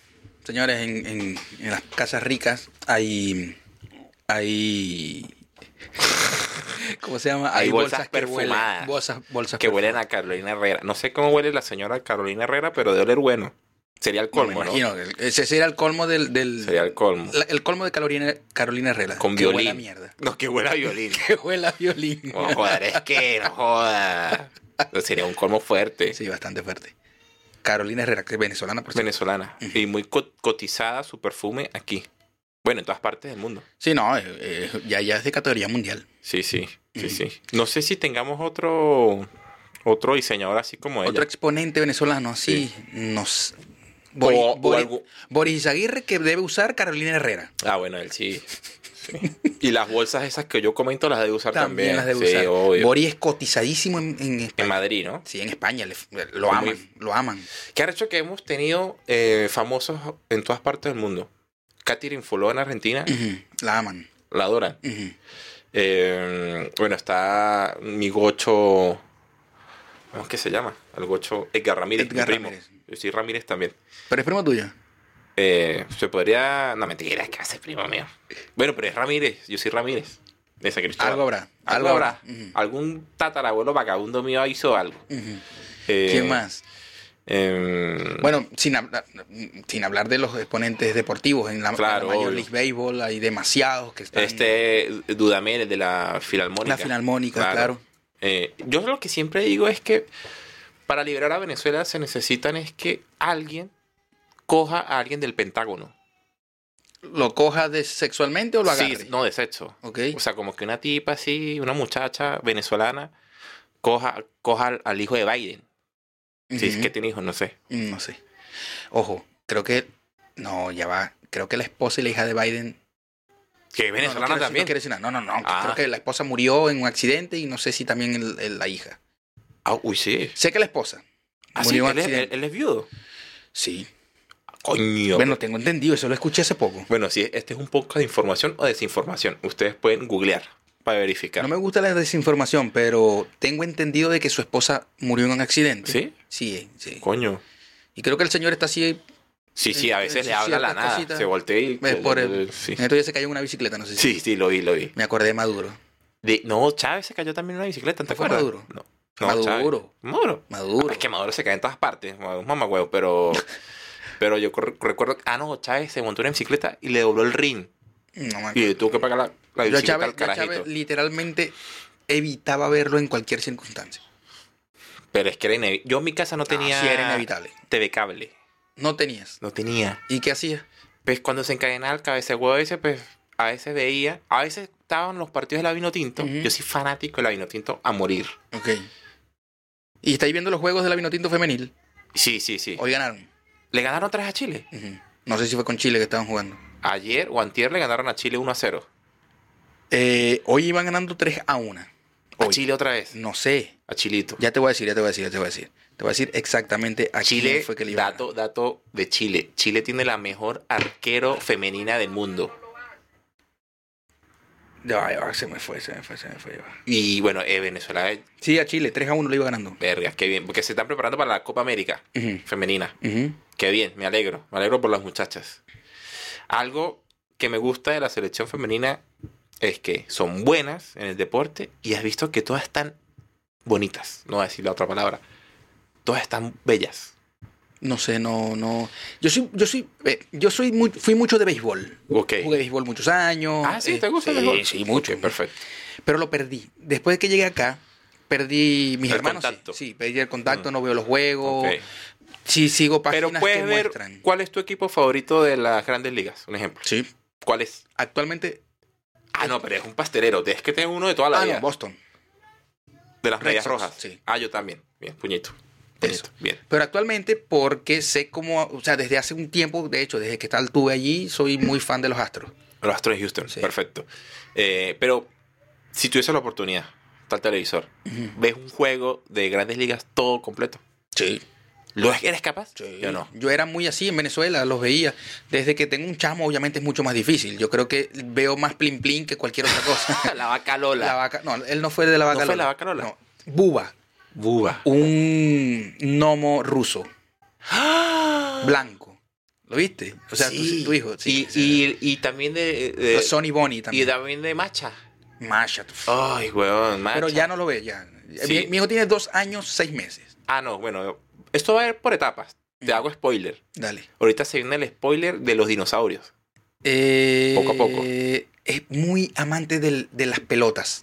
Speaker 1: señores, en, en- en las casas ricas hay. Hay. ¿Cómo se llama?
Speaker 2: Hay
Speaker 1: que
Speaker 2: bolsas
Speaker 1: huelen-
Speaker 2: perfumadas.
Speaker 1: Bolsas, bolsas
Speaker 2: Que huelen a Carolina Herrera. No sé cómo huele la señora Carolina Herrera, pero de oler bueno. Sería el colmo,
Speaker 1: Me
Speaker 2: ¿no?
Speaker 1: imagino. el- Ese sería el colmo del. del-
Speaker 2: Sería el colmo.
Speaker 1: la- el colmo de Carolina, Carolina Herrera.
Speaker 2: Con
Speaker 1: que
Speaker 2: violín.
Speaker 1: huele a mierda.
Speaker 2: No, que huela a violín.
Speaker 1: Que huela a violín.
Speaker 2: No joder, es que no joda. Sería un colmo fuerte.
Speaker 1: Sí, bastante fuerte. Carolina Herrera, que es venezolana, por cierto.
Speaker 2: Venezolana. Y muy co- cotizada su perfume aquí. Bueno, en todas partes del mundo.
Speaker 1: Sí, no, eh, eh, ya, ya es de categoría mundial.
Speaker 2: Sí, sí. Sí, sí. No sé si tengamos otro otro diseñador así como ella.
Speaker 1: Otro exponente venezolano, así, nos...
Speaker 2: O-
Speaker 1: Boris,
Speaker 2: o
Speaker 1: Boris-
Speaker 2: algo-
Speaker 1: Boris Izaguirre, que debe usar Carolina Herrera.
Speaker 2: Ah, bueno, él sí. Sí. Y las bolsas esas que yo comento las debe usar Ah,
Speaker 1: También,
Speaker 2: también.
Speaker 1: las debe
Speaker 2: sí,
Speaker 1: usar.
Speaker 2: obvio.
Speaker 1: Boris es cotizadísimo en, en España.
Speaker 2: En Madrid, ¿no?
Speaker 1: Sí, en España, le- lo
Speaker 2: Muy-
Speaker 1: aman, lo aman.
Speaker 2: ¿Qué ha hecho que hemos tenido eh, famosos en todas partes del mundo? Catherine Fuló en Argentina,
Speaker 1: Ujú, La aman.
Speaker 2: la adoran.
Speaker 1: ujú.
Speaker 2: Eh, bueno, está mi gocho. ¿Cómo es que se llama? El gocho Edgar Ramírez.
Speaker 1: Edgar
Speaker 2: mi primo.
Speaker 1: Ramírez.
Speaker 2: Sí, Ramírez también.
Speaker 1: Pero es primo tuyo.
Speaker 2: Eh, se podría. No, mentira, es que va a ser primo mío. Bueno, pero es Ramírez. Yo soy Ramírez. De San Cristóbal.
Speaker 1: Algo habrá.
Speaker 2: Algo habrá.
Speaker 1: Ujú,
Speaker 2: Algún tatarabuelo vagabundo mío hizo algo.
Speaker 1: ujú.
Speaker 2: Eh,
Speaker 1: ¿Quién más?
Speaker 2: eh,
Speaker 1: Bueno, sin hablar, sin hablar de los exponentes deportivos. En la, en la
Speaker 2: Claro,
Speaker 1: Major
Speaker 2: obvio.
Speaker 1: League Baseball hay demasiados que están...
Speaker 2: este Dudamel, el de la Filarmónica.
Speaker 1: la Filarmónica, claro.
Speaker 2: Eh, yo lo que siempre digo es que para liberar a Venezuela se necesitan es que alguien coja a alguien del Pentágono.
Speaker 1: ¿Lo coja de- sexualmente o lo agarre?
Speaker 2: Sí, no de sexo.
Speaker 1: ¿Ok?
Speaker 2: O sea, como que una tipa así, una muchacha venezolana, coja, coja al, al hijo de Biden. Si es
Speaker 1: Ujú.
Speaker 2: que tiene hijos, no sé.
Speaker 1: Mm, No sé. Ojo, creo que. No, ya va. Creo que la esposa y la hija de Biden.
Speaker 2: Que es venezolana
Speaker 1: no, no quiero decir-
Speaker 2: también.
Speaker 1: No, quiero decir nada. no, no. no.
Speaker 2: Ah.
Speaker 1: Creo que la esposa murió en un accidente y no sé si también el- el- la hija.
Speaker 2: Ah, uy, sí.
Speaker 1: Sé que la esposa.
Speaker 2: Ah, sí,
Speaker 1: murió en
Speaker 2: él,
Speaker 1: un
Speaker 2: es, él,
Speaker 1: accidente.
Speaker 2: él es viudo.
Speaker 1: Sí.
Speaker 2: Coño.
Speaker 1: Bueno,
Speaker 2: Bueno,
Speaker 1: tengo entendido. Eso lo escuché hace poco.
Speaker 2: sí, este es un poco de información o desinformación. Ustedes pueden googlear para verificar.
Speaker 1: No me gusta la desinformación, pero tengo entendido de que su esposa murió en un accidente.
Speaker 2: ¿Sí?
Speaker 1: Sí, sí.
Speaker 2: Coño.
Speaker 1: Y creo que el señor está así. eh,
Speaker 2: Sí, sí, a veces
Speaker 1: Sí,
Speaker 2: le habla a la
Speaker 1: ciertas
Speaker 2: nada.
Speaker 1: cositas.
Speaker 2: Se voltea y.
Speaker 1: Es por el-
Speaker 2: Eh,
Speaker 1: eh.
Speaker 2: Sí.
Speaker 1: En estos días se cayó en una bicicleta, no sé si.
Speaker 2: sí, sí, lo vi, lo vi.
Speaker 1: Me acordé de Maduro.
Speaker 2: De- No, Chávez se cayó también en una bicicleta, ¿te
Speaker 1: ¿Fue
Speaker 2: acuerdas?
Speaker 1: Maduro?
Speaker 2: No, no Chávez.
Speaker 1: Maduro.
Speaker 2: Maduro.
Speaker 1: Maduro.
Speaker 2: Es que Maduro se cae en todas partes, Maduro es un mamagüeo, pero. pero yo cor- recuerdo. Ah, no, Chávez se montó en una bicicleta y le dobló el ring.
Speaker 1: No, man.
Speaker 2: Y le tuvo que pagar la, la
Speaker 1: Yo a
Speaker 2: bicicleta
Speaker 1: Chávez,
Speaker 2: al
Speaker 1: yo a Chávez
Speaker 2: carajito.
Speaker 1: literalmente evitaba verlo en cualquier circunstancia.
Speaker 2: Pero es que era inevitable. Yo en mi casa no tenía.
Speaker 1: Así Ah, era inevitable.
Speaker 2: TV cable.
Speaker 1: No tenías.
Speaker 2: No tenía.
Speaker 1: ¿Y qué hacías?
Speaker 2: Pues cuando se encadenaba el cabeza de huevo ese, pues a veces veía. A veces estaban los partidos de la vino tinto.
Speaker 1: Ujú.
Speaker 2: Yo soy fanático de la vino tinto a morir.
Speaker 1: Ok. Y estáis viendo los juegos de la Vinotinto Femenil.
Speaker 2: Sí, sí, sí.
Speaker 1: Hoy ganaron.
Speaker 2: Le ganaron 3 a Chile.
Speaker 1: Ujú. No sé si fue con Chile que estaban jugando.
Speaker 2: Ayer o antier le ganaron a Chile 1 a 0.
Speaker 1: Eh, hoy iban ganando 3 a 1.
Speaker 2: A
Speaker 1: Hoy.
Speaker 2: Chile otra vez.
Speaker 1: No sé.
Speaker 2: A Chilito.
Speaker 1: Ya te voy a decir, ya te voy a decir, ya te voy a decir. Te voy a decir exactamente a
Speaker 2: Chile,
Speaker 1: quién fue que le iba a
Speaker 2: dato, dato de Chile. Chile tiene la mejor arquero femenina del mundo.
Speaker 1: ganar. Ya va, ya va, se me fue, se me fue, se me fue. ya va.
Speaker 2: Y bueno, eh, Venezuela, eh,
Speaker 1: Sí, a Chile, 3 a 1 lo iba ganando.
Speaker 2: verga, qué bien. Porque se están preparando para la Copa América
Speaker 1: Ujú,
Speaker 2: femenina.
Speaker 1: ujú.
Speaker 2: Qué bien, me alegro. Me alegro por las muchachas. Algo que me gusta de la selección femenina es que son buenas en el deporte y has visto que todas están bonitas. No voy a decir la otra palabra. Todas están bellas.
Speaker 1: No sé, no, no. Yo soy, yo soy, eh, yo soy muy, fui mucho de béisbol.
Speaker 2: Ok.
Speaker 1: Jugué béisbol muchos años.
Speaker 2: Ah, sí,
Speaker 1: eh,
Speaker 2: ¿te gusta el
Speaker 1: sí,
Speaker 2: béisbol?
Speaker 1: Sí, mucho.
Speaker 2: Ok, perfecto.
Speaker 1: Pero lo perdí. Después de que llegué acá, perdí mis
Speaker 2: El
Speaker 1: hermanos. sí.
Speaker 2: contacto.
Speaker 1: Sí, perdí el contacto,
Speaker 2: Mm.
Speaker 1: no veo los juegos.
Speaker 2: Ok.
Speaker 1: Sí, sigo páginas
Speaker 2: Pero puedes
Speaker 1: que
Speaker 2: ver
Speaker 1: muestran.
Speaker 2: cuál es tu equipo favorito de las grandes ligas, un ejemplo.
Speaker 1: Sí.
Speaker 2: ¿Cuál es?
Speaker 1: Actualmente,
Speaker 2: Ah, no, pero es un pastelero. Es que tengo uno de toda la
Speaker 1: ah,
Speaker 2: vida.
Speaker 1: no, Boston.
Speaker 2: de las
Speaker 1: Red
Speaker 2: medias
Speaker 1: Sox,
Speaker 2: rojas.
Speaker 1: sí.
Speaker 2: Ah, yo también. Bien, puñito. Eso. Bien.
Speaker 1: Pero actualmente, porque sé cómo, o sea, desde hace un tiempo, de hecho, desde que tal tuve allí, soy muy fan de los Astros.
Speaker 2: Los Astros de Houston,
Speaker 1: Sí.
Speaker 2: perfecto. Eh, pero si tuviese la oportunidad, tal televisor, ves un juego de grandes ligas todo completo.
Speaker 1: Sí.
Speaker 2: ¿Lo es- eres capaz? Yo no.
Speaker 1: Yo era muy así en Venezuela, los veía. Desde que tengo un chamo, obviamente es mucho más difícil. Yo creo que veo más plin plin que cualquier otra cosa.
Speaker 2: La vaca Lola.
Speaker 1: la vaca, no, él no fue de la vaca
Speaker 2: ¿No fue
Speaker 1: Lola.
Speaker 2: la vaca Lola?
Speaker 1: No. Buba,
Speaker 2: Buba.
Speaker 1: un gnomo ruso, blanco. ¿Lo viste? O sea,
Speaker 2: Sí.
Speaker 1: tu, tu hijo. Sí,
Speaker 2: y,
Speaker 1: sí.
Speaker 2: y- y también de, de-
Speaker 1: Los Sonny Bonnie
Speaker 2: y
Speaker 1: también.
Speaker 2: también de Macha.
Speaker 1: Masha, tu-
Speaker 2: Ay, weón, Macha.
Speaker 1: Pero ya no lo ve, ya. Mi-
Speaker 2: Sí.
Speaker 1: Mi, hijo tiene dos años, seis meses.
Speaker 2: Ah, no, bueno, esto va a ir por etapas. Te hago spoiler.
Speaker 1: Dale.
Speaker 2: Ahorita se viene el spoiler de los dinosaurios.
Speaker 1: Eh,
Speaker 2: Poco a poco.
Speaker 1: Es muy amante del- de las pelotas.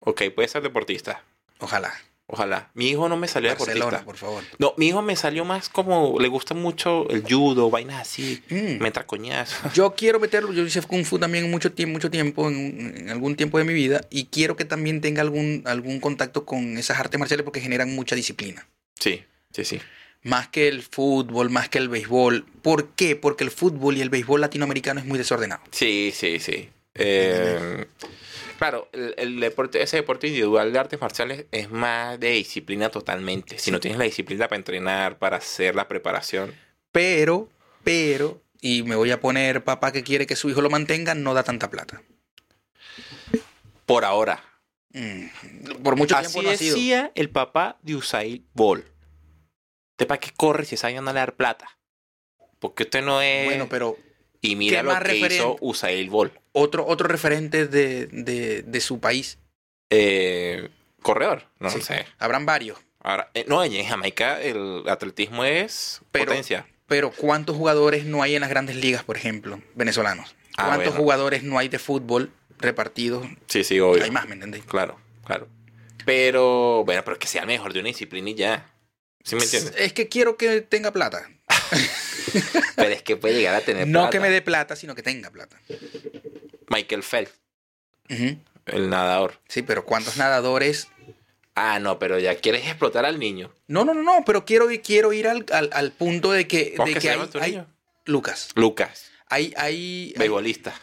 Speaker 2: Ok, puede ser deportista.
Speaker 1: Ojalá.
Speaker 2: Ojalá. Mi hijo no me salió
Speaker 1: Barcelona,
Speaker 2: deportista.
Speaker 1: por favor.
Speaker 2: No, mi hijo me salió más como le gusta mucho el judo, vainas así.
Speaker 1: Mm.
Speaker 2: Me entra coñazo.
Speaker 1: Yo quiero meterlo, yo hice Kung Fu también mucho tiempo, mucho tiempo en, un- en algún tiempo de mi vida, y quiero que también tenga algún, algún contacto con esas artes marciales porque generan mucha disciplina.
Speaker 2: Sí, sí, sí.
Speaker 1: Más que el fútbol, más que el béisbol. ¿Por qué? Porque el fútbol y el béisbol latinoamericano es muy desordenado.
Speaker 2: Sí, sí, sí. Eh, claro, el, el deporte, ese deporte individual de artes marciales es más de disciplina totalmente. Si no tienes la disciplina para entrenar, para hacer la preparación.
Speaker 1: Pero, pero, y me voy a poner papá que quiere que su hijo lo mantenga, no da tanta plata.
Speaker 2: Por ahora.
Speaker 1: Mm, Por mucho
Speaker 2: Así
Speaker 1: tiempo no ha sido.
Speaker 2: decía el papá de Usain Bolt. ¿Usted para qué corre si esa vaina no le dar plata? Porque usted no es...
Speaker 1: Bueno, pero
Speaker 2: y mira
Speaker 1: ¿qué
Speaker 2: lo
Speaker 1: más
Speaker 2: que hizo
Speaker 1: referente?
Speaker 2: Usain Bolt.
Speaker 1: otro, otro referente de, de- de su país.
Speaker 2: Eh, corredor, no
Speaker 1: Sí.
Speaker 2: sé.
Speaker 1: Habrán varios.
Speaker 2: Ahora, eh, no, en Jamaica el atletismo es
Speaker 1: Pero-
Speaker 2: potencia.
Speaker 1: Pero ¿cuántos jugadores no hay en las grandes ligas, por ejemplo, venezolanos?
Speaker 2: Ah,
Speaker 1: ¿Cuántos
Speaker 2: bueno.
Speaker 1: jugadores no hay de fútbol repartidos?
Speaker 2: Sí, sí, obvio.
Speaker 1: Hay más, ¿me entendéis?
Speaker 2: Claro, claro. Pero, bueno, pero que sea el mejor de una disciplina y ya. ¿Sí me entiendes?
Speaker 1: Es que quiero que tenga plata.
Speaker 2: pero es que puede llegar a tener
Speaker 1: No
Speaker 2: plata.
Speaker 1: que me dé plata, sino que tenga plata.
Speaker 2: Michael Phelps,
Speaker 1: Ujú.
Speaker 2: el nadador.
Speaker 1: Sí, pero ¿cuántos nadadores?
Speaker 2: Ah, no, pero ya quieres explotar al niño.
Speaker 1: No, no, no, no, pero quiero, quiero ir al, al- al punto de que,
Speaker 2: ¿Cómo
Speaker 1: de
Speaker 2: es que
Speaker 1: que
Speaker 2: se
Speaker 1: hay,
Speaker 2: llama tu
Speaker 1: hay-
Speaker 2: niño?
Speaker 1: Lucas,
Speaker 2: Lucas,
Speaker 1: hay, hay, hay-
Speaker 2: beisbolista.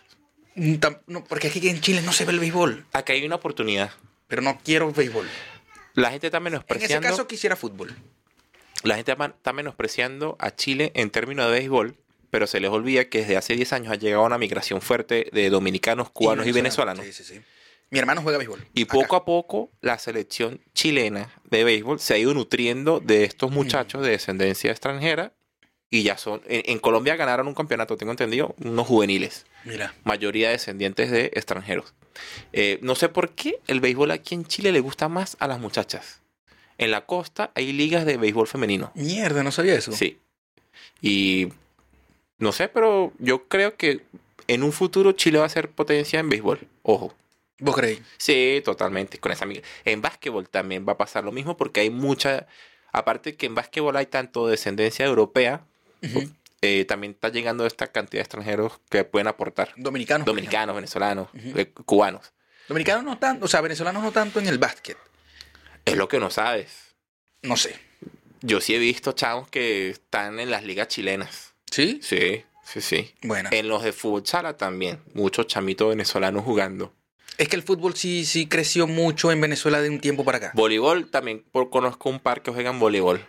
Speaker 1: Mm, tam- no, porque aquí en Chile no se ve el béisbol,
Speaker 2: Acá hay una oportunidad.
Speaker 1: pero no quiero béisbol.
Speaker 2: La gente está
Speaker 1: En
Speaker 2: menospreciando.
Speaker 1: ese caso quisiera fútbol.
Speaker 2: La gente ama- está menospreciando a Chile en términos de béisbol, pero se les olvida que desde hace 10 años ha llegado una migración fuerte de dominicanos, cubanos y venezolanos.
Speaker 1: Sí, sí, sí. Mi hermano juega béisbol.
Speaker 2: Y
Speaker 1: acá.
Speaker 2: poco a poco la selección chilena de béisbol se ha ido nutriendo de
Speaker 1: Mm.
Speaker 2: estos muchachos de descendencia extranjera y ya son... En, en Colombia ganaron un campeonato, tengo entendido, unos juveniles,
Speaker 1: Mira.
Speaker 2: mayoría descendientes de extranjeros. Eh, no sé por qué el béisbol aquí en Chile le gusta más a las muchachas. En la costa hay ligas de béisbol femenino.
Speaker 1: Mierda, no sabía eso.
Speaker 2: Sí. Y no sé, pero yo creo que en un futuro Chile va a ser potencia en béisbol. Ojo.
Speaker 1: ¿Vos creéis?
Speaker 2: Sí, totalmente. Con esa migra- En básquetbol también va a pasar lo mismo porque hay mucha. Aparte que en básquetbol hay tanto descendencia europea,
Speaker 1: Ujú.
Speaker 2: eh, también está llegando esta cantidad de extranjeros que pueden aportar.
Speaker 1: Dominicanos. por ejemplo.
Speaker 2: Dominicanos, venezolanos,
Speaker 1: Ah, Ujú.
Speaker 2: eh, cubanos.
Speaker 1: Dominicanos no tanto, o sea, venezolanos no tanto en el básquet.
Speaker 2: Es lo que no sabes.
Speaker 1: No sé.
Speaker 2: Yo sí he visto chavos que están en las ligas chilenas.
Speaker 1: ¿Sí?
Speaker 2: Sí, sí, sí.
Speaker 1: Bueno.
Speaker 2: En los de fútbol sala también. Muchos chamitos venezolanos jugando.
Speaker 1: Es que el fútbol sí, sí creció mucho en Venezuela de un tiempo para acá.
Speaker 2: Voleibol también. Por, conozco un par que juegan voleibol.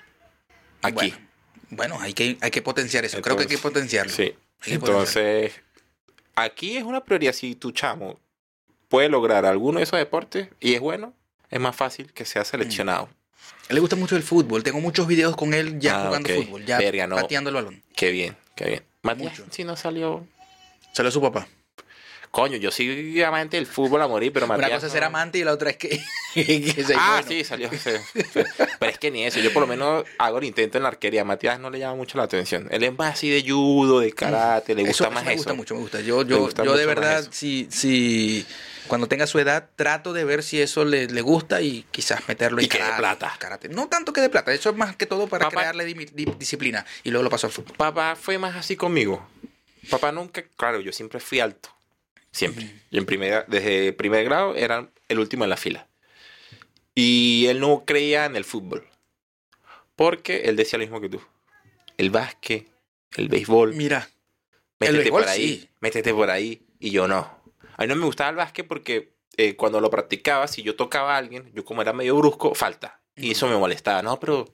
Speaker 2: Aquí.
Speaker 1: Bueno, Bueno, hay que, hay que potenciar eso. Creo que hay que
Speaker 2: Entonces,
Speaker 1: potenciarlo.
Speaker 2: sí.
Speaker 1: Hay que potenciarlo.
Speaker 2: Entonces, aquí es una prioridad. Si tu chamo puede lograr alguno de esos deportes y es bueno, es más fácil que sea seleccionado.
Speaker 1: Mm. A él le gusta mucho el fútbol. Tengo muchos videos con él ya
Speaker 2: Ah,
Speaker 1: jugando
Speaker 2: ok.
Speaker 1: fútbol, ya
Speaker 2: Verga, no.
Speaker 1: pateando el balón.
Speaker 2: Qué bien, qué bien. Matías,
Speaker 1: Mucho.
Speaker 2: si no salió.
Speaker 1: Salió su papá.
Speaker 2: Coño, yo soy amante del fútbol a morir, pero Matías.
Speaker 1: Una cosa es
Speaker 2: no.
Speaker 1: ser amante y la otra es que. que sea
Speaker 2: Ah,
Speaker 1: bueno.
Speaker 2: sí, salió. sí, sí. Pero es que ni eso. Yo por lo menos hago el intento en la arquería. A Matías no le llama mucho la atención. Él es más así de judo, de karate. Le gusta
Speaker 1: Eso- eso
Speaker 2: más
Speaker 1: me
Speaker 2: eso.
Speaker 1: gusta mucho, me gusta. Yo, yo,
Speaker 2: gusta
Speaker 1: yo de
Speaker 2: mucho más
Speaker 1: verdad,
Speaker 2: eso.
Speaker 1: si, si cuando tenga su edad, trato de ver si eso le, le gusta y quizás meterlo
Speaker 2: Y
Speaker 1: en
Speaker 2: que dé
Speaker 1: karate,
Speaker 2: plata.
Speaker 1: karate. No tanto que de plata, eso es más que todo para
Speaker 2: Papá.
Speaker 1: crearle dimi- di- disciplina. Y luego lo paso al fútbol.
Speaker 2: Papá fue más así conmigo. Papá nunca, claro, yo siempre fui alto. Siempre. Y en primera, desde primer grado era el último en la fila. Y él no creía en el fútbol. Porque él decía lo mismo que tú. El básquet, el béisbol,
Speaker 1: Mira, el
Speaker 2: métete
Speaker 1: béisbol,
Speaker 2: por ahí,
Speaker 1: sí.
Speaker 2: métete por ahí. Y yo no. A mí no me gustaba el básquet porque eh, cuando lo practicaba, si yo tocaba a alguien, yo como era medio brusco, falta. Y eso me molestaba, ¿no? Pero...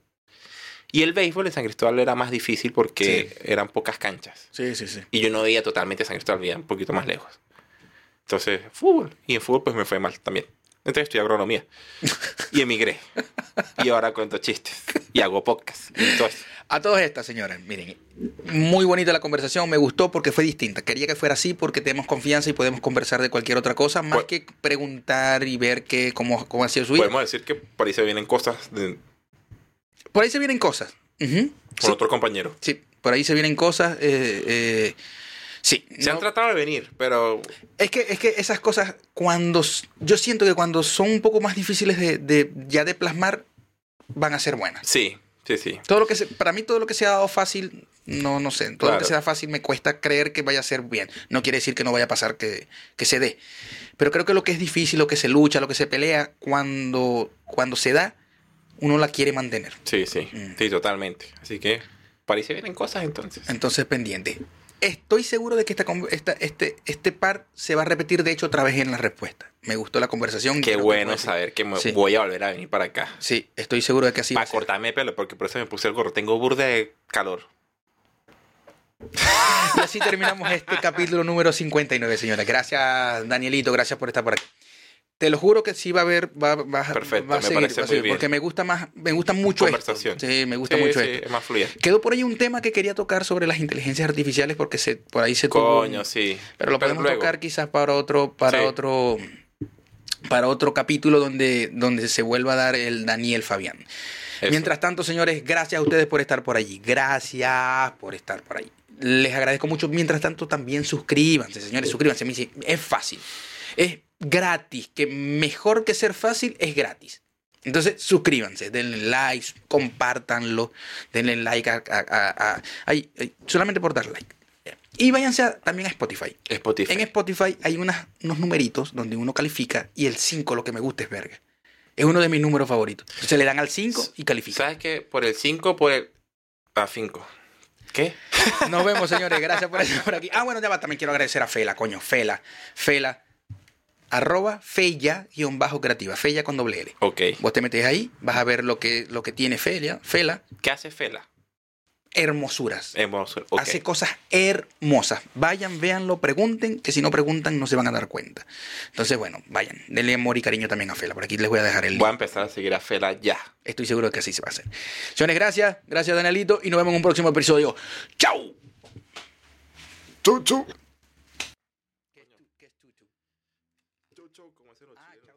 Speaker 2: Y el béisbol en San Cristóbal era más difícil porque eran pocas canchas.
Speaker 1: sí, sí, sí.
Speaker 2: Y yo no veía totalmente San Cristóbal, veía un poquito más lejos. Entonces, fútbol. Y en fútbol pues me fue mal también. Entonces estudié agronomía. Y emigré. Y ahora cuento chistes. Y hago podcast. Y todo eso.
Speaker 1: A todas estas, señores, miren, muy bonita la conversación, me gustó porque fue distinta. Quería que fuera así porque tenemos confianza y podemos conversar de cualquier otra cosa, más
Speaker 2: Pues-
Speaker 1: que preguntar y ver qué, cómo, cómo ha sido su vida.
Speaker 2: Podemos decir que por ahí se vienen cosas de,
Speaker 1: Por ahí se vienen cosas. Ujú.
Speaker 2: por
Speaker 1: Sí,
Speaker 2: otro compañero.
Speaker 1: sí, por ahí se vienen cosas. eh, eh, sí.
Speaker 2: Se han
Speaker 1: no-
Speaker 2: tratado de venir, pero
Speaker 1: Es que, es que esas cosas, cuando. s- Yo siento que cuando son un poco más difíciles de, de- ya de plasmar, van a ser buenas.
Speaker 2: sí, sí, sí.
Speaker 1: Todo lo que se- para mí, todo lo que se ha dado fácil, no, no sé. Todo lo que
Speaker 2: Claro.
Speaker 1: sea fácil me cuesta creer que vaya a ser bien. No quiere decir que no vaya a pasar que, que se dé. Pero creo que lo que es difícil, lo que se lucha, lo que se pelea, cuando, cuando se da, uno la quiere mantener.
Speaker 2: Sí, sí.
Speaker 1: Mm.
Speaker 2: Sí, totalmente. Así que por ahí se vienen cosas entonces.
Speaker 1: Entonces, pendiente. Estoy seguro de que esta, con- esta- este, este par se va a repetir, de hecho, otra vez en la respuesta. Me gustó la conversación.
Speaker 2: Qué
Speaker 1: Creo Mm, que
Speaker 2: bueno
Speaker 1: puede ser.
Speaker 2: saber que me
Speaker 1: Sí.
Speaker 2: voy a volver a venir para acá.
Speaker 1: Sí, estoy seguro de que así va a
Speaker 2: para
Speaker 1: ser.
Speaker 2: cortarme el pelo, porque por eso me puse el gorro. Tengo burda de calor.
Speaker 1: Y así terminamos este capítulo número 59, señores. Gracias, Danielito, gracias por estar por aquí. Te lo juro que sí va a haber, va, va-
Speaker 2: Perfecto,
Speaker 1: va a
Speaker 2: me
Speaker 1: seguir,
Speaker 2: parece
Speaker 1: va a seguir,
Speaker 2: muy bien.
Speaker 1: porque me gusta más, me gusta mucho
Speaker 2: Conversación.
Speaker 1: esto. Sí, me gusta
Speaker 2: Sí,
Speaker 1: mucho
Speaker 2: sí,
Speaker 1: esto.
Speaker 2: Es más fluida.
Speaker 1: Quedó por ahí un tema que quería tocar sobre las inteligencias artificiales porque se, por ahí se tuvo un-
Speaker 2: Coño, sí.
Speaker 1: Pero lo podemos
Speaker 2: luego.
Speaker 1: tocar quizás para otro, para
Speaker 2: Sí.
Speaker 1: otro, para otro capítulo donde, donde se vuelva a dar el Daniel Fabián.
Speaker 2: Eso.
Speaker 1: Mientras tanto, señores, gracias a ustedes por estar por allí. Gracias por estar por ahí. Les agradezco mucho. Mientras tanto, también suscríbanse, señores, suscríbanse. Me dice, es fácil. Es gratis. Que mejor que ser fácil es gratis. Entonces, suscríbanse, denle like, compártanlo, denle like a, a- a- a- ay, ay, solamente por dar like. Y váyanse a- también a Spotify.
Speaker 2: Spotify.
Speaker 1: En Spotify hay unas, unos numeritos donde uno califica y el 5 lo que me gusta es verga. Es uno de mis números favoritos. Se le dan al 5 y califica.
Speaker 2: ¿Sabes qué? Por el 5, por el. A 5. ¿Qué?
Speaker 1: Nos vemos, señores. Gracias por estar por aquí. Ah, bueno, ya va. También quiero agradecer a Fela, coño. Fela. Fela. Arroba Fella-creativa. Fella con doble L.
Speaker 2: Ok.
Speaker 1: Vos te metes ahí, vas a ver lo que, lo que tiene Fela. Fela.
Speaker 2: ¿Qué hace Fela?
Speaker 1: Hermosuras.
Speaker 2: En Venezuela. Eh, Ok.
Speaker 1: Hace cosas hermosas. Vayan, véanlo, pregunten, que si no preguntan no se van a dar cuenta. Entonces, bueno, vayan. Denle amor y cariño también a Fela. Por aquí les voy a dejar el link.
Speaker 2: Voy a empezar a seguir a Fela ya.
Speaker 1: Estoy seguro de que así se va a hacer. Señores, gracias. Gracias, Danielito. Y nos vemos en un próximo episodio. ¡Chao!
Speaker 2: Chau, chau.
Speaker 1: ¿Qué es tutu?
Speaker 2: como
Speaker 1: Ah, chau.